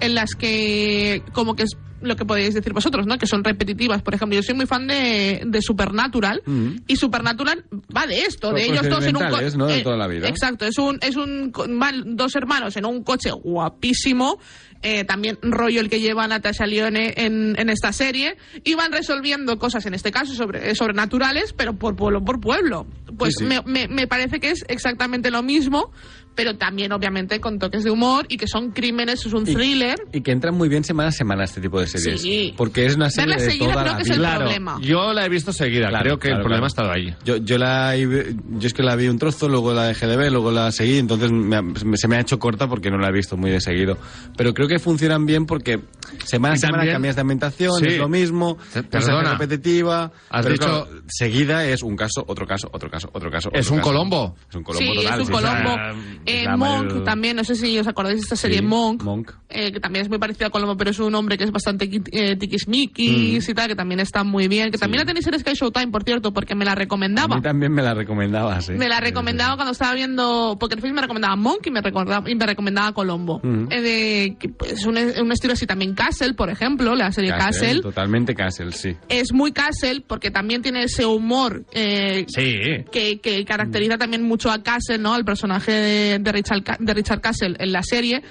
[SPEAKER 4] en las que como que es lo que podéis decir vosotros, ¿no? Que son repetitivas. Por ejemplo, yo soy muy fan de, de Supernatural
[SPEAKER 5] Mm.
[SPEAKER 4] y Supernatural va de esto, de
[SPEAKER 5] Son
[SPEAKER 4] ellos dos en un
[SPEAKER 5] procedimentales,
[SPEAKER 4] co- eh,
[SPEAKER 5] ¿no? De toda la vida.
[SPEAKER 4] Exacto, es un es un co- van dos hermanos en un coche guapísimo. eh, también rollo el que lleva Natasha Lyonne en, en esta serie y van resolviendo cosas en este caso sobre eh, sobrenaturales pero por pueblo por pueblo pues
[SPEAKER 5] Sí, sí.
[SPEAKER 4] me me, me parece que es exactamente lo mismo, pero también obviamente con toques de humor y que son crímenes, es un thriller.
[SPEAKER 5] Y que entran muy bien semana a semana este tipo de series.
[SPEAKER 4] Sí.
[SPEAKER 5] Porque es una serie
[SPEAKER 4] Verla
[SPEAKER 5] de
[SPEAKER 4] seguida
[SPEAKER 5] toda
[SPEAKER 4] creo
[SPEAKER 5] la
[SPEAKER 4] que es
[SPEAKER 5] vida.
[SPEAKER 4] el
[SPEAKER 3] Claro,
[SPEAKER 4] problema.
[SPEAKER 3] yo la he visto seguida,
[SPEAKER 5] Claro,
[SPEAKER 3] creo que
[SPEAKER 5] claro,
[SPEAKER 3] el problema ha estado
[SPEAKER 5] claro.
[SPEAKER 3] ahí.
[SPEAKER 5] Yo, yo, la, he- yo es que la vi un trozo, luego la dejé de ver, luego la seguí, entonces me ha- me- se me ha hecho corta porque no la he visto muy de seguido. Pero creo que funcionan bien porque semana a
[SPEAKER 3] Y
[SPEAKER 5] semana
[SPEAKER 3] también-
[SPEAKER 5] cambias de ambientación,
[SPEAKER 3] Sí.
[SPEAKER 5] es lo mismo,
[SPEAKER 3] Se-
[SPEAKER 5] no se hace
[SPEAKER 3] perdona.
[SPEAKER 5] repetitiva.
[SPEAKER 3] Has
[SPEAKER 5] pero
[SPEAKER 3] dicho-
[SPEAKER 5] claro, seguida es un caso, otro caso, otro caso, otro caso.
[SPEAKER 3] Es
[SPEAKER 5] otro
[SPEAKER 3] un
[SPEAKER 5] caso.
[SPEAKER 3] Colombo.
[SPEAKER 5] Es un Colombo
[SPEAKER 4] Sí,
[SPEAKER 5] total,
[SPEAKER 4] es un
[SPEAKER 5] o sea,
[SPEAKER 4] Colombo.
[SPEAKER 5] es
[SPEAKER 4] Eh,
[SPEAKER 5] la
[SPEAKER 4] Monk
[SPEAKER 5] mayor-
[SPEAKER 4] también, no sé si os acordáis de esta serie Monk,
[SPEAKER 5] Monk.
[SPEAKER 4] eh, que también es muy parecida a Colombo, pero es un hombre que es bastante qui- eh,
[SPEAKER 5] Mm.
[SPEAKER 4] tiquismiquis y tal, que también está muy bien. Que también la tenéis en Sky Showtime, por cierto, porque me la
[SPEAKER 5] A
[SPEAKER 4] recomendaba.
[SPEAKER 5] mí también me la recomendabas, ¿eh?
[SPEAKER 4] Me la recomendaba cuando estaba viendo. Porque el film me recomendaba Monk y me, recordaba, y me recomendaba Colombo.
[SPEAKER 5] Ujú.
[SPEAKER 4] Eh, de- que, pues, un, un estilo así también Castle, por ejemplo, la serie Castle.
[SPEAKER 5] Totalmente Castle, sí.
[SPEAKER 4] es muy Castle porque también tiene ese humor eh,
[SPEAKER 3] Sí.
[SPEAKER 4] que, que
[SPEAKER 5] Mm.
[SPEAKER 4] caracteriza también mucho a Castle, ¿no? Al personaje de, de Richard, Ca- de Richard Castle en la serie.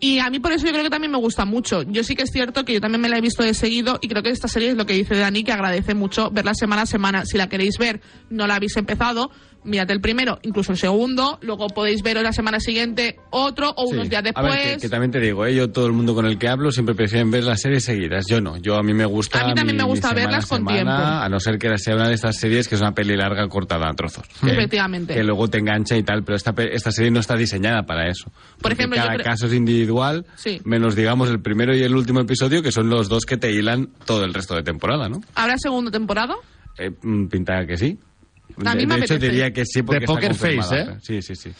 [SPEAKER 4] Y a mí por eso yo creo que también me gusta mucho. Yo sí que es cierto que yo también me la he visto de seguido y creo que esta serie es lo que dice Dani, que agradece mucho verla semana a semana. Si la queréis ver, no la habéis empezado, mirad el primero, incluso el segundo, luego podéis ver la semana siguiente otro o unos
[SPEAKER 5] Sí.
[SPEAKER 4] días
[SPEAKER 5] A
[SPEAKER 4] después.
[SPEAKER 5] ver, que, que también te digo, ¿eh? yo todo el mundo con el que hablo siempre prefieren ver las series seguidas. Yo no, yo a mí me gusta.
[SPEAKER 4] A mí también
[SPEAKER 5] mi-
[SPEAKER 4] me
[SPEAKER 5] mi
[SPEAKER 4] gusta
[SPEAKER 5] semana a
[SPEAKER 4] verlas con
[SPEAKER 5] semana,
[SPEAKER 4] tiempo.
[SPEAKER 5] A no ser que sea una de estas series que es una peli larga cortada a trozos.
[SPEAKER 4] Efectivamente.
[SPEAKER 5] Que luego te engancha y tal, pero esta, pe- esta serie no está diseñada para eso. Porque
[SPEAKER 4] ejemplo, yo
[SPEAKER 5] cada
[SPEAKER 4] creo-
[SPEAKER 5] caso es individual,
[SPEAKER 4] Sí.
[SPEAKER 5] menos digamos el primero y el último episodio, que son los dos que te hilan todo el resto de temporada, ¿no?
[SPEAKER 4] ¿Habrá segunda temporada?
[SPEAKER 5] Eh, mm, pinta que sí.
[SPEAKER 4] A mí
[SPEAKER 5] de
[SPEAKER 4] me
[SPEAKER 5] de hecho,
[SPEAKER 4] apetece.
[SPEAKER 5] diría que sí porque
[SPEAKER 3] De
[SPEAKER 5] está
[SPEAKER 3] Poker Face,
[SPEAKER 5] confirmada.
[SPEAKER 3] ¿eh?
[SPEAKER 5] Sí, sí, sí.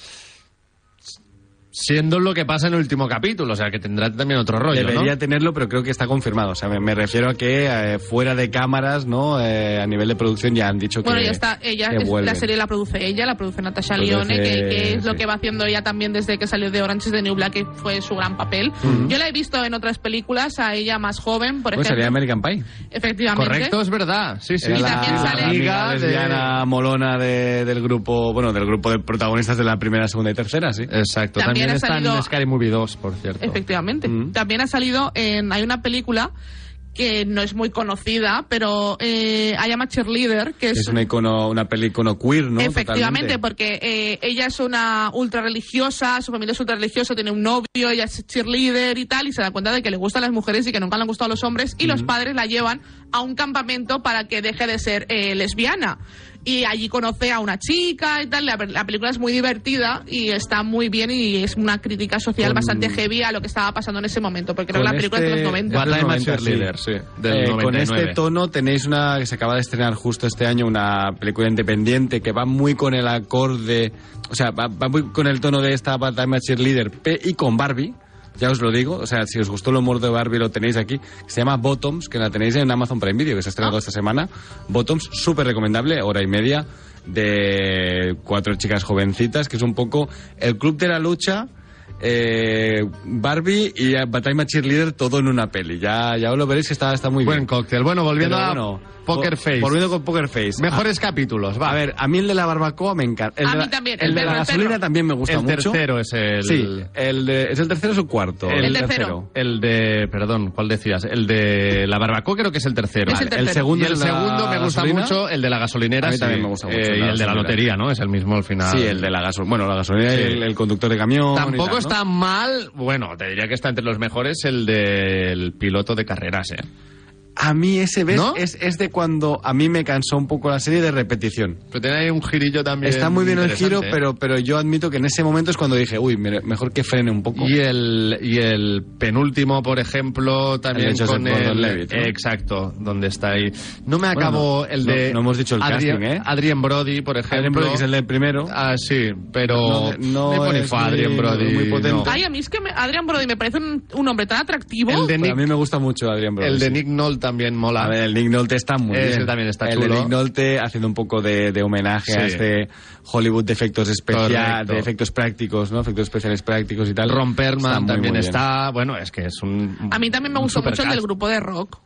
[SPEAKER 3] Siendo lo que pasa en el último capítulo, o sea que tendrá también otro rollo, ¿no?
[SPEAKER 5] Debería tenerlo, pero creo que está confirmado. O sea, me, me refiero a que eh, fuera de cámaras, ¿no? Eh, a nivel de producción ya han dicho que.
[SPEAKER 4] Bueno, ya está. Ella,
[SPEAKER 5] que
[SPEAKER 4] es- la
[SPEAKER 5] vuelven.
[SPEAKER 4] serie la produce ella, la produce Natasha
[SPEAKER 5] Produce-
[SPEAKER 4] Lyonne, que, que es lo
[SPEAKER 5] sí.
[SPEAKER 4] que va haciendo ella también desde que salió de Orange is the New Black, que fue su gran papel. Yo la he visto en otras películas, a ella más joven, por
[SPEAKER 5] Bueno, Pues sería
[SPEAKER 4] ejemplo.
[SPEAKER 5] American Pie.
[SPEAKER 4] Efectivamente.
[SPEAKER 3] Correcto, es verdad. Sí, sí.
[SPEAKER 5] Era
[SPEAKER 4] Y
[SPEAKER 5] la,
[SPEAKER 4] también sale-
[SPEAKER 5] la amiga
[SPEAKER 3] amiga de-
[SPEAKER 5] lesbiana molona de- del grupo, bueno, del grupo de protagonistas de la primera, segunda y tercera, sí.
[SPEAKER 3] Exacto.
[SPEAKER 4] También
[SPEAKER 3] También,
[SPEAKER 4] ha
[SPEAKER 3] está
[SPEAKER 4] salido-
[SPEAKER 3] en Scary Movie 2, por cierto.
[SPEAKER 4] Efectivamente.
[SPEAKER 5] Mm.
[SPEAKER 4] También ha salido en. Hay una película que no es muy conocida, pero eh, I Am a Cheerleader, que es,
[SPEAKER 5] Es una icono, una peli icono queer, ¿no?
[SPEAKER 4] Efectivamente,
[SPEAKER 5] Totalmente.
[SPEAKER 4] porque eh, ella es una ultra religiosa, su familia es ultra religiosa, tiene un novio, ella es cheerleader y tal, y se da cuenta de que le gustan las mujeres y que nunca le han gustado los hombres, y los padres la llevan a un campamento para que deje de ser eh, lesbiana. Y allí conoce a una chica y tal. La, la película es muy divertida y está muy bien y es una crítica social
[SPEAKER 5] Con-
[SPEAKER 4] bastante heavy a lo que estaba pasando en ese momento, porque era
[SPEAKER 5] Con
[SPEAKER 4] una película de
[SPEAKER 5] este-
[SPEAKER 4] los 90.
[SPEAKER 3] Battle
[SPEAKER 5] Del
[SPEAKER 3] Match
[SPEAKER 5] 90, sí.
[SPEAKER 3] Leader, sí. Del
[SPEAKER 5] Eh, con
[SPEAKER 3] 99.
[SPEAKER 5] este tono tenéis una que se acaba de estrenar justo este año, una película independiente que va muy con el acorde, o sea, va, va muy con el tono de esta Batman Cheerleader P y con Barbie. Ya os lo digo, o sea, si os gustó el humor de Barbie lo tenéis aquí. Se llama Bottoms, que la tenéis en Amazon Prime Video, que se ha estrenado esta semana. Bottoms, súper recomendable, hora y media, de cuatro chicas jovencitas, que es un poco el club de la lucha, eh, Barbie y eh, Batman Cheerleader todo en una peli. Ya, ya os lo veréis que está, está muy
[SPEAKER 3] Buen
[SPEAKER 5] bien.
[SPEAKER 3] cóctel. Bueno, volviendo
[SPEAKER 5] Pero
[SPEAKER 3] a
[SPEAKER 5] bueno,
[SPEAKER 3] Poker
[SPEAKER 5] vol-
[SPEAKER 3] Face.
[SPEAKER 5] Volviendo con Poker Face.
[SPEAKER 3] Mejores capítulos,
[SPEAKER 5] Ah,
[SPEAKER 3] va.
[SPEAKER 5] a ver, a mí el de la barbacoa me encanta. El
[SPEAKER 4] A
[SPEAKER 5] de la-
[SPEAKER 4] mí también,
[SPEAKER 5] El,
[SPEAKER 4] el
[SPEAKER 5] de
[SPEAKER 4] perro,
[SPEAKER 5] la
[SPEAKER 4] el
[SPEAKER 5] gasolina
[SPEAKER 4] perro.
[SPEAKER 5] también me gusta
[SPEAKER 3] el
[SPEAKER 5] mucho.
[SPEAKER 3] tercero es el.
[SPEAKER 5] Sí, el de, ¿es el tercero o es el cuarto?
[SPEAKER 3] El
[SPEAKER 4] tercero.
[SPEAKER 3] El de, perdón, ¿cuál decías? El de la barbacoa creo que es el tercero.
[SPEAKER 4] Es el
[SPEAKER 3] Vale.
[SPEAKER 5] El
[SPEAKER 4] tercero.
[SPEAKER 5] segundo
[SPEAKER 3] Y el
[SPEAKER 5] es la
[SPEAKER 3] segundo me gusta
[SPEAKER 5] gasolina.
[SPEAKER 3] mucho, el de la gasolinera.
[SPEAKER 5] A mí
[SPEAKER 3] sí.
[SPEAKER 5] también me gusta mucho
[SPEAKER 3] Eh,
[SPEAKER 5] la
[SPEAKER 3] y el de la
[SPEAKER 5] gasolinera.
[SPEAKER 3] lotería, ¿no? Es el mismo al final.
[SPEAKER 5] Sí, el de la gasolina. Bueno, la gasolina y
[SPEAKER 3] Sí.
[SPEAKER 5] el, el conductor de camión. y
[SPEAKER 3] Tampoco
[SPEAKER 5] tal, ¿no?
[SPEAKER 3] está mal, bueno, te diría que está entre los mejores el del piloto de carreras, ¿eh?
[SPEAKER 5] A mí ese ves
[SPEAKER 3] ¿No?
[SPEAKER 5] es, es de cuando a mí me cansó un poco la serie de repetición.
[SPEAKER 3] Pero tiene ahí un girillo también.
[SPEAKER 5] está muy bien el
[SPEAKER 3] interesante,
[SPEAKER 5] giro,
[SPEAKER 3] ¿eh?
[SPEAKER 5] pero, pero yo admito que en ese momento es cuando dije, uy, mire, mejor que frene un poco.
[SPEAKER 3] Y el, y el penúltimo, por ejemplo, también
[SPEAKER 5] El de Joseph
[SPEAKER 3] con el...
[SPEAKER 5] Gordon-Levitt, ¿no?
[SPEAKER 3] Exacto, donde está ahí. No me
[SPEAKER 5] Bueno,
[SPEAKER 3] acabo
[SPEAKER 5] no,
[SPEAKER 3] el de...
[SPEAKER 5] no- no hemos dicho el
[SPEAKER 3] Adrien,
[SPEAKER 5] casting, ¿eh?
[SPEAKER 3] Adrien Brody, por ejemplo.
[SPEAKER 5] Adrien Brody, que es el del primero.
[SPEAKER 3] Ah, sí, pero...
[SPEAKER 5] No, no
[SPEAKER 3] me pone
[SPEAKER 5] es
[SPEAKER 3] fa,
[SPEAKER 5] muy-
[SPEAKER 3] Adrien Brody.
[SPEAKER 5] muy potente.
[SPEAKER 4] Ay, a mí es que me- Adrian Brody me parece un, un hombre tan atractivo.
[SPEAKER 3] El de
[SPEAKER 5] Pero pues a
[SPEAKER 3] Nick,
[SPEAKER 5] mí me gusta mucho Adrián Brody.
[SPEAKER 3] el de
[SPEAKER 5] sí.
[SPEAKER 3] Nick Knoll también mola.
[SPEAKER 5] A ver, el Nick Nolte está muy
[SPEAKER 3] Ese
[SPEAKER 5] bien.
[SPEAKER 3] también está
[SPEAKER 5] el de
[SPEAKER 3] chulo.
[SPEAKER 5] Nick Nolte haciendo un poco de, de homenaje a
[SPEAKER 3] Sí.
[SPEAKER 5] este Hollywood de efectos especiales,
[SPEAKER 3] Correcto.
[SPEAKER 5] de efectos prácticos, ¿no? Efectos especiales prácticos y tal.
[SPEAKER 3] el Ron Perlman
[SPEAKER 5] Está muy,
[SPEAKER 3] también
[SPEAKER 5] muy bien.
[SPEAKER 3] está... Bueno, es que es un...
[SPEAKER 4] A mí también me
[SPEAKER 3] un
[SPEAKER 4] gustó mucho el
[SPEAKER 3] supercast.
[SPEAKER 4] del grupo de rock.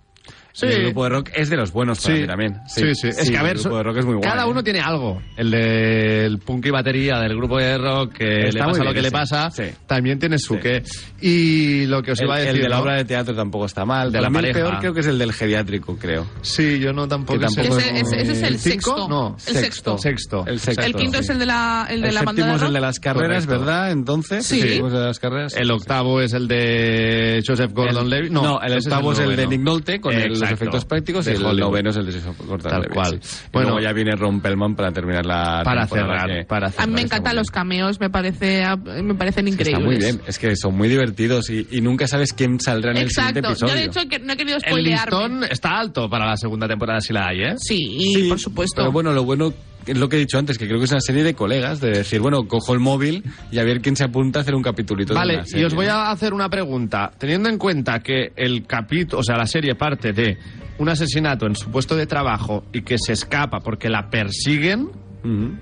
[SPEAKER 3] Sí.
[SPEAKER 5] El grupo de rock es de los buenos para mí también.
[SPEAKER 3] Sí, sí. Es que a ver,
[SPEAKER 5] el grupo de rock es muy guay.
[SPEAKER 3] cada uno
[SPEAKER 5] ¿eh?
[SPEAKER 3] tiene algo. El del punk y batería del grupo de rock, que le
[SPEAKER 5] Está muy
[SPEAKER 3] pasa lo
[SPEAKER 5] bien
[SPEAKER 3] que le
[SPEAKER 5] ese.
[SPEAKER 3] pasa,
[SPEAKER 5] Sí.
[SPEAKER 3] también tiene su
[SPEAKER 5] Sí.
[SPEAKER 3] qué. Y lo que os iba a
[SPEAKER 5] el,
[SPEAKER 3] decir.
[SPEAKER 5] el de la
[SPEAKER 3] ¿no?
[SPEAKER 5] obra de teatro tampoco está mal.
[SPEAKER 3] De la
[SPEAKER 5] Para mí el
[SPEAKER 3] pareja.
[SPEAKER 5] peor creo que es el del geriátrico, creo.
[SPEAKER 3] Sí, yo no tampoco.
[SPEAKER 5] Que
[SPEAKER 3] sé.
[SPEAKER 5] tampoco
[SPEAKER 4] Ese- ese- ese es el
[SPEAKER 3] cinco?
[SPEAKER 4] sexto.
[SPEAKER 3] No,
[SPEAKER 4] El sexto.
[SPEAKER 3] Sexto.
[SPEAKER 5] El sexto.
[SPEAKER 4] el quinto
[SPEAKER 5] sí.
[SPEAKER 4] es el de la, el de
[SPEAKER 5] el
[SPEAKER 4] la banda
[SPEAKER 5] séptimo
[SPEAKER 4] de
[SPEAKER 5] es el
[SPEAKER 4] rock.
[SPEAKER 5] de las carreras,
[SPEAKER 3] Correcto.
[SPEAKER 5] ¿verdad? Entonces,
[SPEAKER 4] Sí.
[SPEAKER 5] el séptimo es el de las carreras.
[SPEAKER 3] El octavo es el de Joseph Gordon-Levitt. No,
[SPEAKER 5] el
[SPEAKER 3] ese
[SPEAKER 5] octavo es el, de
[SPEAKER 3] noveno.
[SPEAKER 5] Nick Nolte con el- los
[SPEAKER 3] Exacto,
[SPEAKER 5] efectos prácticos y
[SPEAKER 3] de
[SPEAKER 5] el
[SPEAKER 3] Hollywood.
[SPEAKER 5] noveno es el de Jason Gordon
[SPEAKER 3] Tal
[SPEAKER 5] Levitt,
[SPEAKER 3] cual.
[SPEAKER 5] sí. Y
[SPEAKER 3] Bueno.
[SPEAKER 5] luego ya viene Ron Perlman para terminar la
[SPEAKER 3] Para
[SPEAKER 5] temporada,
[SPEAKER 3] cerrar,
[SPEAKER 5] que-
[SPEAKER 3] para
[SPEAKER 4] A
[SPEAKER 3] cerrar.
[SPEAKER 4] mí Ah, me
[SPEAKER 3] está
[SPEAKER 4] encantan
[SPEAKER 3] muy
[SPEAKER 4] los cameos, me, parece, ah, me parecen
[SPEAKER 5] que
[SPEAKER 4] increíbles.
[SPEAKER 5] está muy bien, es que son muy divertidos y, y nunca sabes quién saldrá en el siguiente
[SPEAKER 4] Exacto.
[SPEAKER 5] episodio.
[SPEAKER 4] Yo de hecho que no he querido
[SPEAKER 3] bien. El
[SPEAKER 4] spoilearme.
[SPEAKER 3] listón está alto para la segunda temporada, si la hay, ¿eh?
[SPEAKER 4] Sí, y
[SPEAKER 5] Sí,
[SPEAKER 4] por supuesto.
[SPEAKER 5] Pero bueno, lo bueno es lo que he dicho antes, que creo que es una serie de colegas, de decir, bueno, cojo el móvil y a ver quién se apunta a hacer un capitulito. de
[SPEAKER 3] Vale,
[SPEAKER 5] una
[SPEAKER 3] y
[SPEAKER 5] serie,
[SPEAKER 3] os voy
[SPEAKER 5] ¿no?
[SPEAKER 3] a hacer una pregunta. Teniendo en cuenta que el capítulo, o sea, la serie parte de un asesinato en su puesto de trabajo y que se escapa porque la persiguen
[SPEAKER 5] Ujú.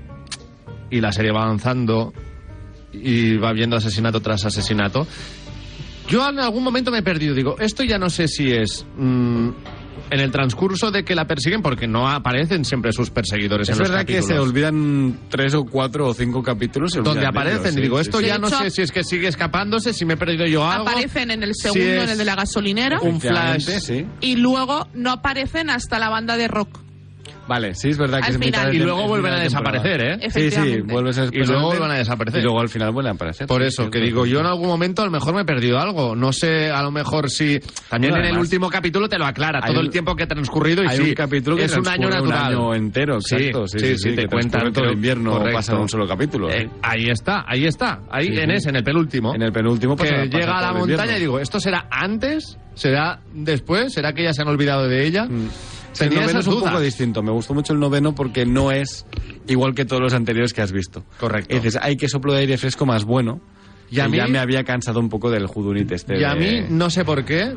[SPEAKER 3] y la serie va avanzando y va viendo asesinato tras asesinato, yo en algún momento me he perdido. Digo, esto ya no sé si es... mm, en el transcurso de que la persiguen, porque no aparecen siempre sus perseguidores
[SPEAKER 5] Es
[SPEAKER 3] en los
[SPEAKER 5] verdad que se
[SPEAKER 3] capítulos.
[SPEAKER 5] olvidan tres o cuatro o cinco capítulos. se
[SPEAKER 3] donde
[SPEAKER 5] olvidan de
[SPEAKER 3] aparecen.
[SPEAKER 5] ellos,
[SPEAKER 3] y digo,
[SPEAKER 5] sí,
[SPEAKER 3] esto
[SPEAKER 5] sí,
[SPEAKER 4] sí.
[SPEAKER 3] ya
[SPEAKER 4] De
[SPEAKER 3] no
[SPEAKER 4] hecho,
[SPEAKER 3] sé si es que sigue escapándose, si me he perdido yo algo.
[SPEAKER 4] aparecen en el
[SPEAKER 3] si
[SPEAKER 4] segundo,
[SPEAKER 3] es-
[SPEAKER 4] en el de la gasolinera,
[SPEAKER 5] sí.
[SPEAKER 3] un flash.
[SPEAKER 5] Efectivamente, sí.
[SPEAKER 4] y luego no aparecen hasta la banda de rock.
[SPEAKER 5] Vale, sí, es verdad que
[SPEAKER 4] Al
[SPEAKER 5] es mitad
[SPEAKER 4] final.
[SPEAKER 5] de
[SPEAKER 3] Y
[SPEAKER 5] tem-
[SPEAKER 3] luego
[SPEAKER 5] es
[SPEAKER 3] vuelven
[SPEAKER 5] mitad
[SPEAKER 3] a
[SPEAKER 5] de temporada.
[SPEAKER 3] desaparecer, ¿eh?
[SPEAKER 5] Sí, sí,
[SPEAKER 4] Efectivamente.
[SPEAKER 5] vuelven a
[SPEAKER 3] Y
[SPEAKER 5] desaparecer.
[SPEAKER 3] luego vuelven a desaparecer.
[SPEAKER 5] Y luego al final vuelven a aparecer.
[SPEAKER 3] Por
[SPEAKER 5] Sí,
[SPEAKER 3] eso,
[SPEAKER 5] sí,
[SPEAKER 3] que
[SPEAKER 5] es
[SPEAKER 3] digo,
[SPEAKER 5] verdad.
[SPEAKER 3] yo en algún momento a lo mejor me he perdido algo. No sé, a lo mejor si... También en el
[SPEAKER 5] Bueno, además,
[SPEAKER 3] último capítulo te lo aclara,
[SPEAKER 5] hay
[SPEAKER 3] todo
[SPEAKER 5] un-
[SPEAKER 3] el tiempo que ha transcurrido y
[SPEAKER 5] Hay
[SPEAKER 3] sí,
[SPEAKER 5] un capítulo que
[SPEAKER 3] es un año
[SPEAKER 5] transcurre
[SPEAKER 3] natural.
[SPEAKER 5] Un año entero,
[SPEAKER 3] Sí,
[SPEAKER 5] exacto. Sí,
[SPEAKER 3] sí, sí, te
[SPEAKER 5] que
[SPEAKER 3] cuentan,
[SPEAKER 5] transcurre todo el
[SPEAKER 3] creo-
[SPEAKER 5] invierno
[SPEAKER 3] correcto.
[SPEAKER 5] pasa en un solo capítulo.
[SPEAKER 3] Eh,
[SPEAKER 5] ¿eh?
[SPEAKER 3] ahí está, ahí está. Ahí,
[SPEAKER 5] Sí,
[SPEAKER 3] en
[SPEAKER 5] sí.
[SPEAKER 3] ese, en el penúltimo.
[SPEAKER 5] En el penúltimo pues,
[SPEAKER 3] que
[SPEAKER 5] pasa- pasa
[SPEAKER 3] llega a la
[SPEAKER 5] todo el
[SPEAKER 3] montaña
[SPEAKER 5] invierno.
[SPEAKER 3] y digo, ¿esto será antes? ¿Será después? ¿Será que ya se han olvidado de ella?
[SPEAKER 5] Mm. El
[SPEAKER 3] Tenía
[SPEAKER 5] noveno
[SPEAKER 3] esas
[SPEAKER 5] es un poco
[SPEAKER 3] dudas.
[SPEAKER 5] distinto. Me gustó mucho el noveno porque no es igual que todos los anteriores que has visto.
[SPEAKER 3] Correcto.
[SPEAKER 5] Y dices, hay que soplo de aire fresco más bueno.
[SPEAKER 3] Y a
[SPEAKER 5] que
[SPEAKER 3] mí,
[SPEAKER 5] ya me había cansado un poco del Judunit este.
[SPEAKER 3] y a
[SPEAKER 5] de-
[SPEAKER 3] mí, no sé por qué,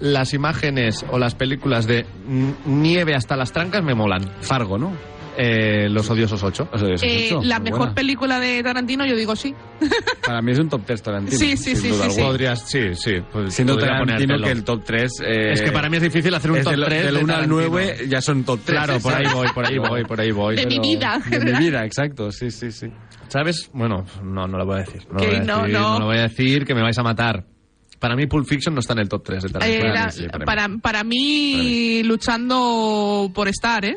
[SPEAKER 3] las imágenes o las películas de n- nieve hasta las trancas me molan.
[SPEAKER 5] Fargo, ¿no?
[SPEAKER 3] Eh, Los odiosos 8.
[SPEAKER 5] O sea, es
[SPEAKER 4] Eh,
[SPEAKER 5] mucho,
[SPEAKER 4] la
[SPEAKER 5] muy
[SPEAKER 4] mejor
[SPEAKER 5] buena.
[SPEAKER 4] película de Tarantino, yo digo sí.
[SPEAKER 5] Para mí es un top 3 Tarantino.
[SPEAKER 4] Sí, sí,
[SPEAKER 5] sin
[SPEAKER 4] sí,
[SPEAKER 5] duda
[SPEAKER 4] sí, sí.
[SPEAKER 5] alguna.
[SPEAKER 3] Podrías, sí, sí. pues
[SPEAKER 5] Siendo
[SPEAKER 3] podría
[SPEAKER 5] Tarantino
[SPEAKER 3] ponértelo.
[SPEAKER 5] que el top 3.
[SPEAKER 3] Es que para mí es difícil hacer un
[SPEAKER 5] Eh, es
[SPEAKER 3] top
[SPEAKER 5] del,
[SPEAKER 3] 3
[SPEAKER 5] del
[SPEAKER 3] de
[SPEAKER 5] 1 al
[SPEAKER 3] Tarantino.
[SPEAKER 5] 9 ya son top 3.
[SPEAKER 3] Claro, por ahí voy, por ahí voy, por ahí voy.
[SPEAKER 4] De mi
[SPEAKER 3] Pero-
[SPEAKER 4] vida.
[SPEAKER 5] De mi vida, exacto, sí, sí, sí.
[SPEAKER 3] ¿Sabes? Bueno, no, no lo voy a decir. No,
[SPEAKER 4] Que
[SPEAKER 3] lo voy a
[SPEAKER 4] no,
[SPEAKER 3] decir,
[SPEAKER 4] no.
[SPEAKER 3] lo voy a decir, que me vais a matar. Para mí Pulp Fiction no está en el top 3 de
[SPEAKER 4] Eh,
[SPEAKER 3] Tarantino.
[SPEAKER 4] la-
[SPEAKER 3] Sí, para mí.
[SPEAKER 4] para, para mí, luchando por estar, ¿eh?